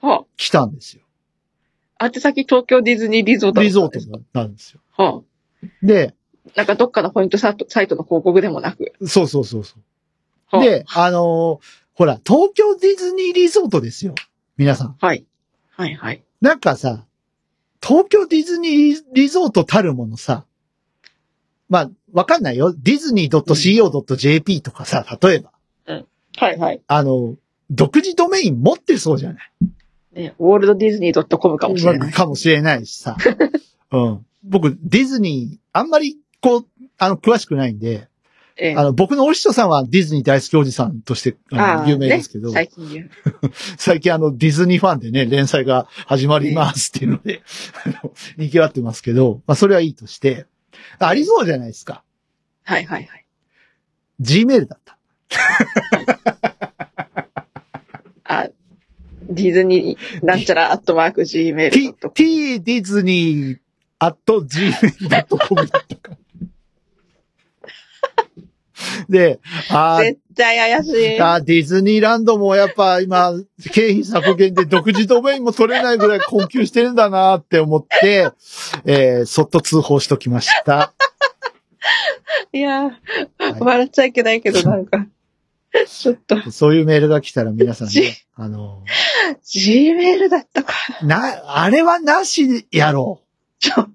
C: は
B: 来たんですよ。
C: あ宛先東京ディズニーリゾート。
B: リゾート。になるんですよ。
C: は
B: で、
C: あ、なんかどっかのポイントサイトサイトの広告でもなく。
B: そうそうそうそう。
C: はあ、
B: で、あのーほら、東京ディズニーリゾートですよ。皆さん。
C: はい。はいはい。
B: なんかさ、東京ディズニーリゾートたるものさ、まあ、わかんないよ。ディズニー .co.jp とかさ、例えば、
C: はいはい。
B: あの、独自ドメイン持ってそうじゃない
C: ね、ウォールドディズニー .com かもしれ
B: まあ
C: ない。
B: かもしれないし さ。うん。僕、ディズニー、あんまり、こう、あの、詳しくないんで、
C: ええ
B: あの、僕のお師匠さんはディズニー大好きおじさんとして、あの
C: ー
B: 有名ですけど、
C: ね、最近言う。
B: 最近あの、ディズニーファンでね、連載が始まりますっていうので、あの、賑わってますけど、まあ、それはいいとして、ありそうじゃないですか。
C: はいはいはい。
B: Gmail だった。
C: あ、ディズニー、なんちゃら、アットマーク、
B: t,
C: gmail.com。
B: t ディズニー at gmail.com だった か。で、あー
C: 絶対怪しい。
B: あーディズニーランドもやっぱ今、経費削減で独自ドメインも取れないぐらい困窮してるんだなって思って、えー、そっと通報しときました。
C: いやー、
B: い
C: 笑っちゃいけないけど、な んか、ちょっと、
B: そういうメールが来たら皆 さんね
C: じ、
B: あの、
C: gmail だったか。
B: な、あれはなしやろう。
C: ちょ、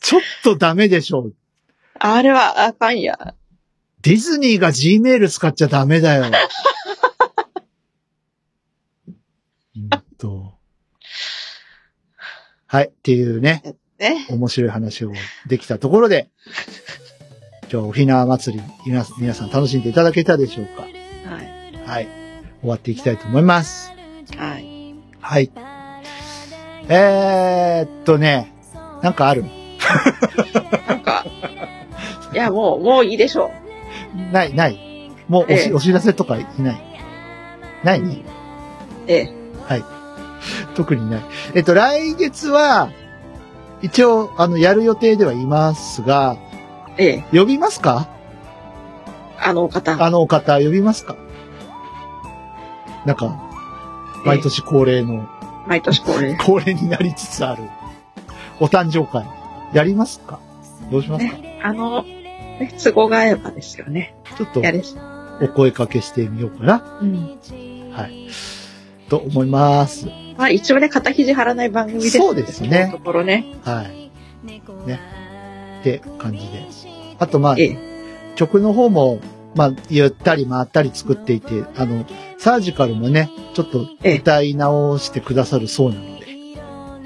B: ちょっとダメでしょう。
C: あれはあかんや。
B: ディズニーが G メール使っちゃダメだ よ。うんと。はい、っていうね、
C: ね。
B: 面白い話をできたところで、今日、おひな祭り、皆さん皆さん楽しんでいただけたでしょうか。
C: はい。
B: はい、終わっていきたいと思います。
C: はい。
B: はい。えー、っとね、なんかある
C: なんか、いや、もう、もういいでしょ
B: ない、ない。もうおし、
C: ええ
B: お知らせとかいない。ないね。
C: う。ええ。
B: 特にない。えっと、来月は、一応、あの、やる予定ではいますが、
C: ええ。
B: 呼びますか
C: あのお方。
B: あのお方、呼びますかなんか、毎年恒例の、
C: 毎年恒例。
B: 恒例になりつつある、お誕生会、やりますかどうしますか、
C: ね。あの、ね、都合が合えばですよね。
B: ちょっと
C: や、れし。
B: お声かけしてみようかな、
C: うん。
B: はい。と思います。
C: まあ、一応ね、肩肘張らない番組です
B: そうですね
C: ところね。
B: はい。ね。って感じで。あと、まあ
C: え、え。
B: 曲の方も、まあ、ゆったり回ったり作っていて、あの、サージカルもね、ちょっと
C: ええ
B: 歌い直してくださるそうなので、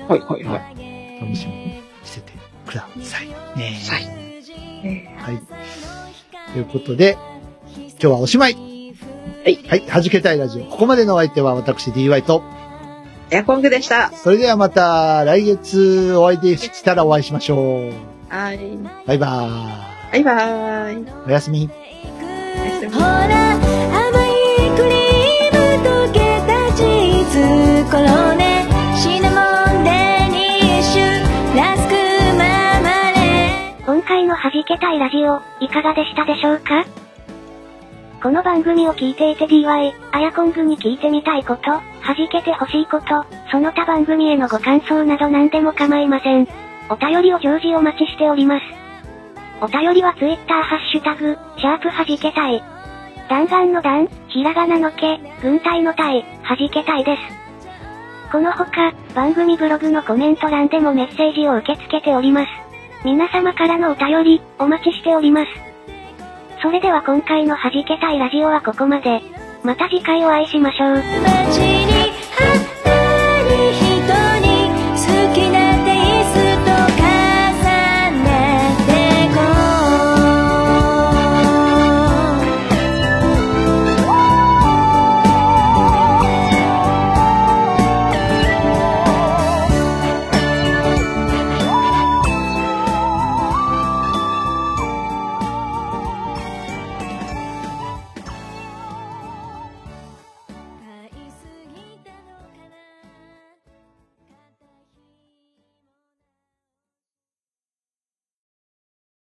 C: はいはいは
B: 楽しみにしててくださいね。
C: はいい。ええ
B: はい。ということで、今日はおしまい。はいはい。弾けたいラジオ。ここまでのお相手は私 DY と、
C: エアコングでした。
B: それではまた来月お会いできたらお会いしましょう。
C: はい。
B: バイバ
C: バイバーイ。
B: ーイ。おやすみ。
C: すみ
E: ほら甘いクリーム溶けたチーズコロネシナモンデニッシュラスクママレー
A: 今回の弾けたいラジオ、いかがでしたでしょうかこの番組を聞いていて DY、アヤコングに聞いてみたいこと、弾けてほしいこと、その他番組へのご感想など何でも構いません。お便りを常時お待ちしております。お便りは Twitter ハッシュタグ、シャープ弾けたい。弾丸の弾、ひらがなのけ、軍隊の隊、弾けたいです。この他、番組ブログのコメント欄でもメッセージを受け付けております。皆様からのお便り、お待ちしております。それでは今回の弾けたいラジオはここまで。また次回お会いしましょう。
E: 街にあったり人に好きな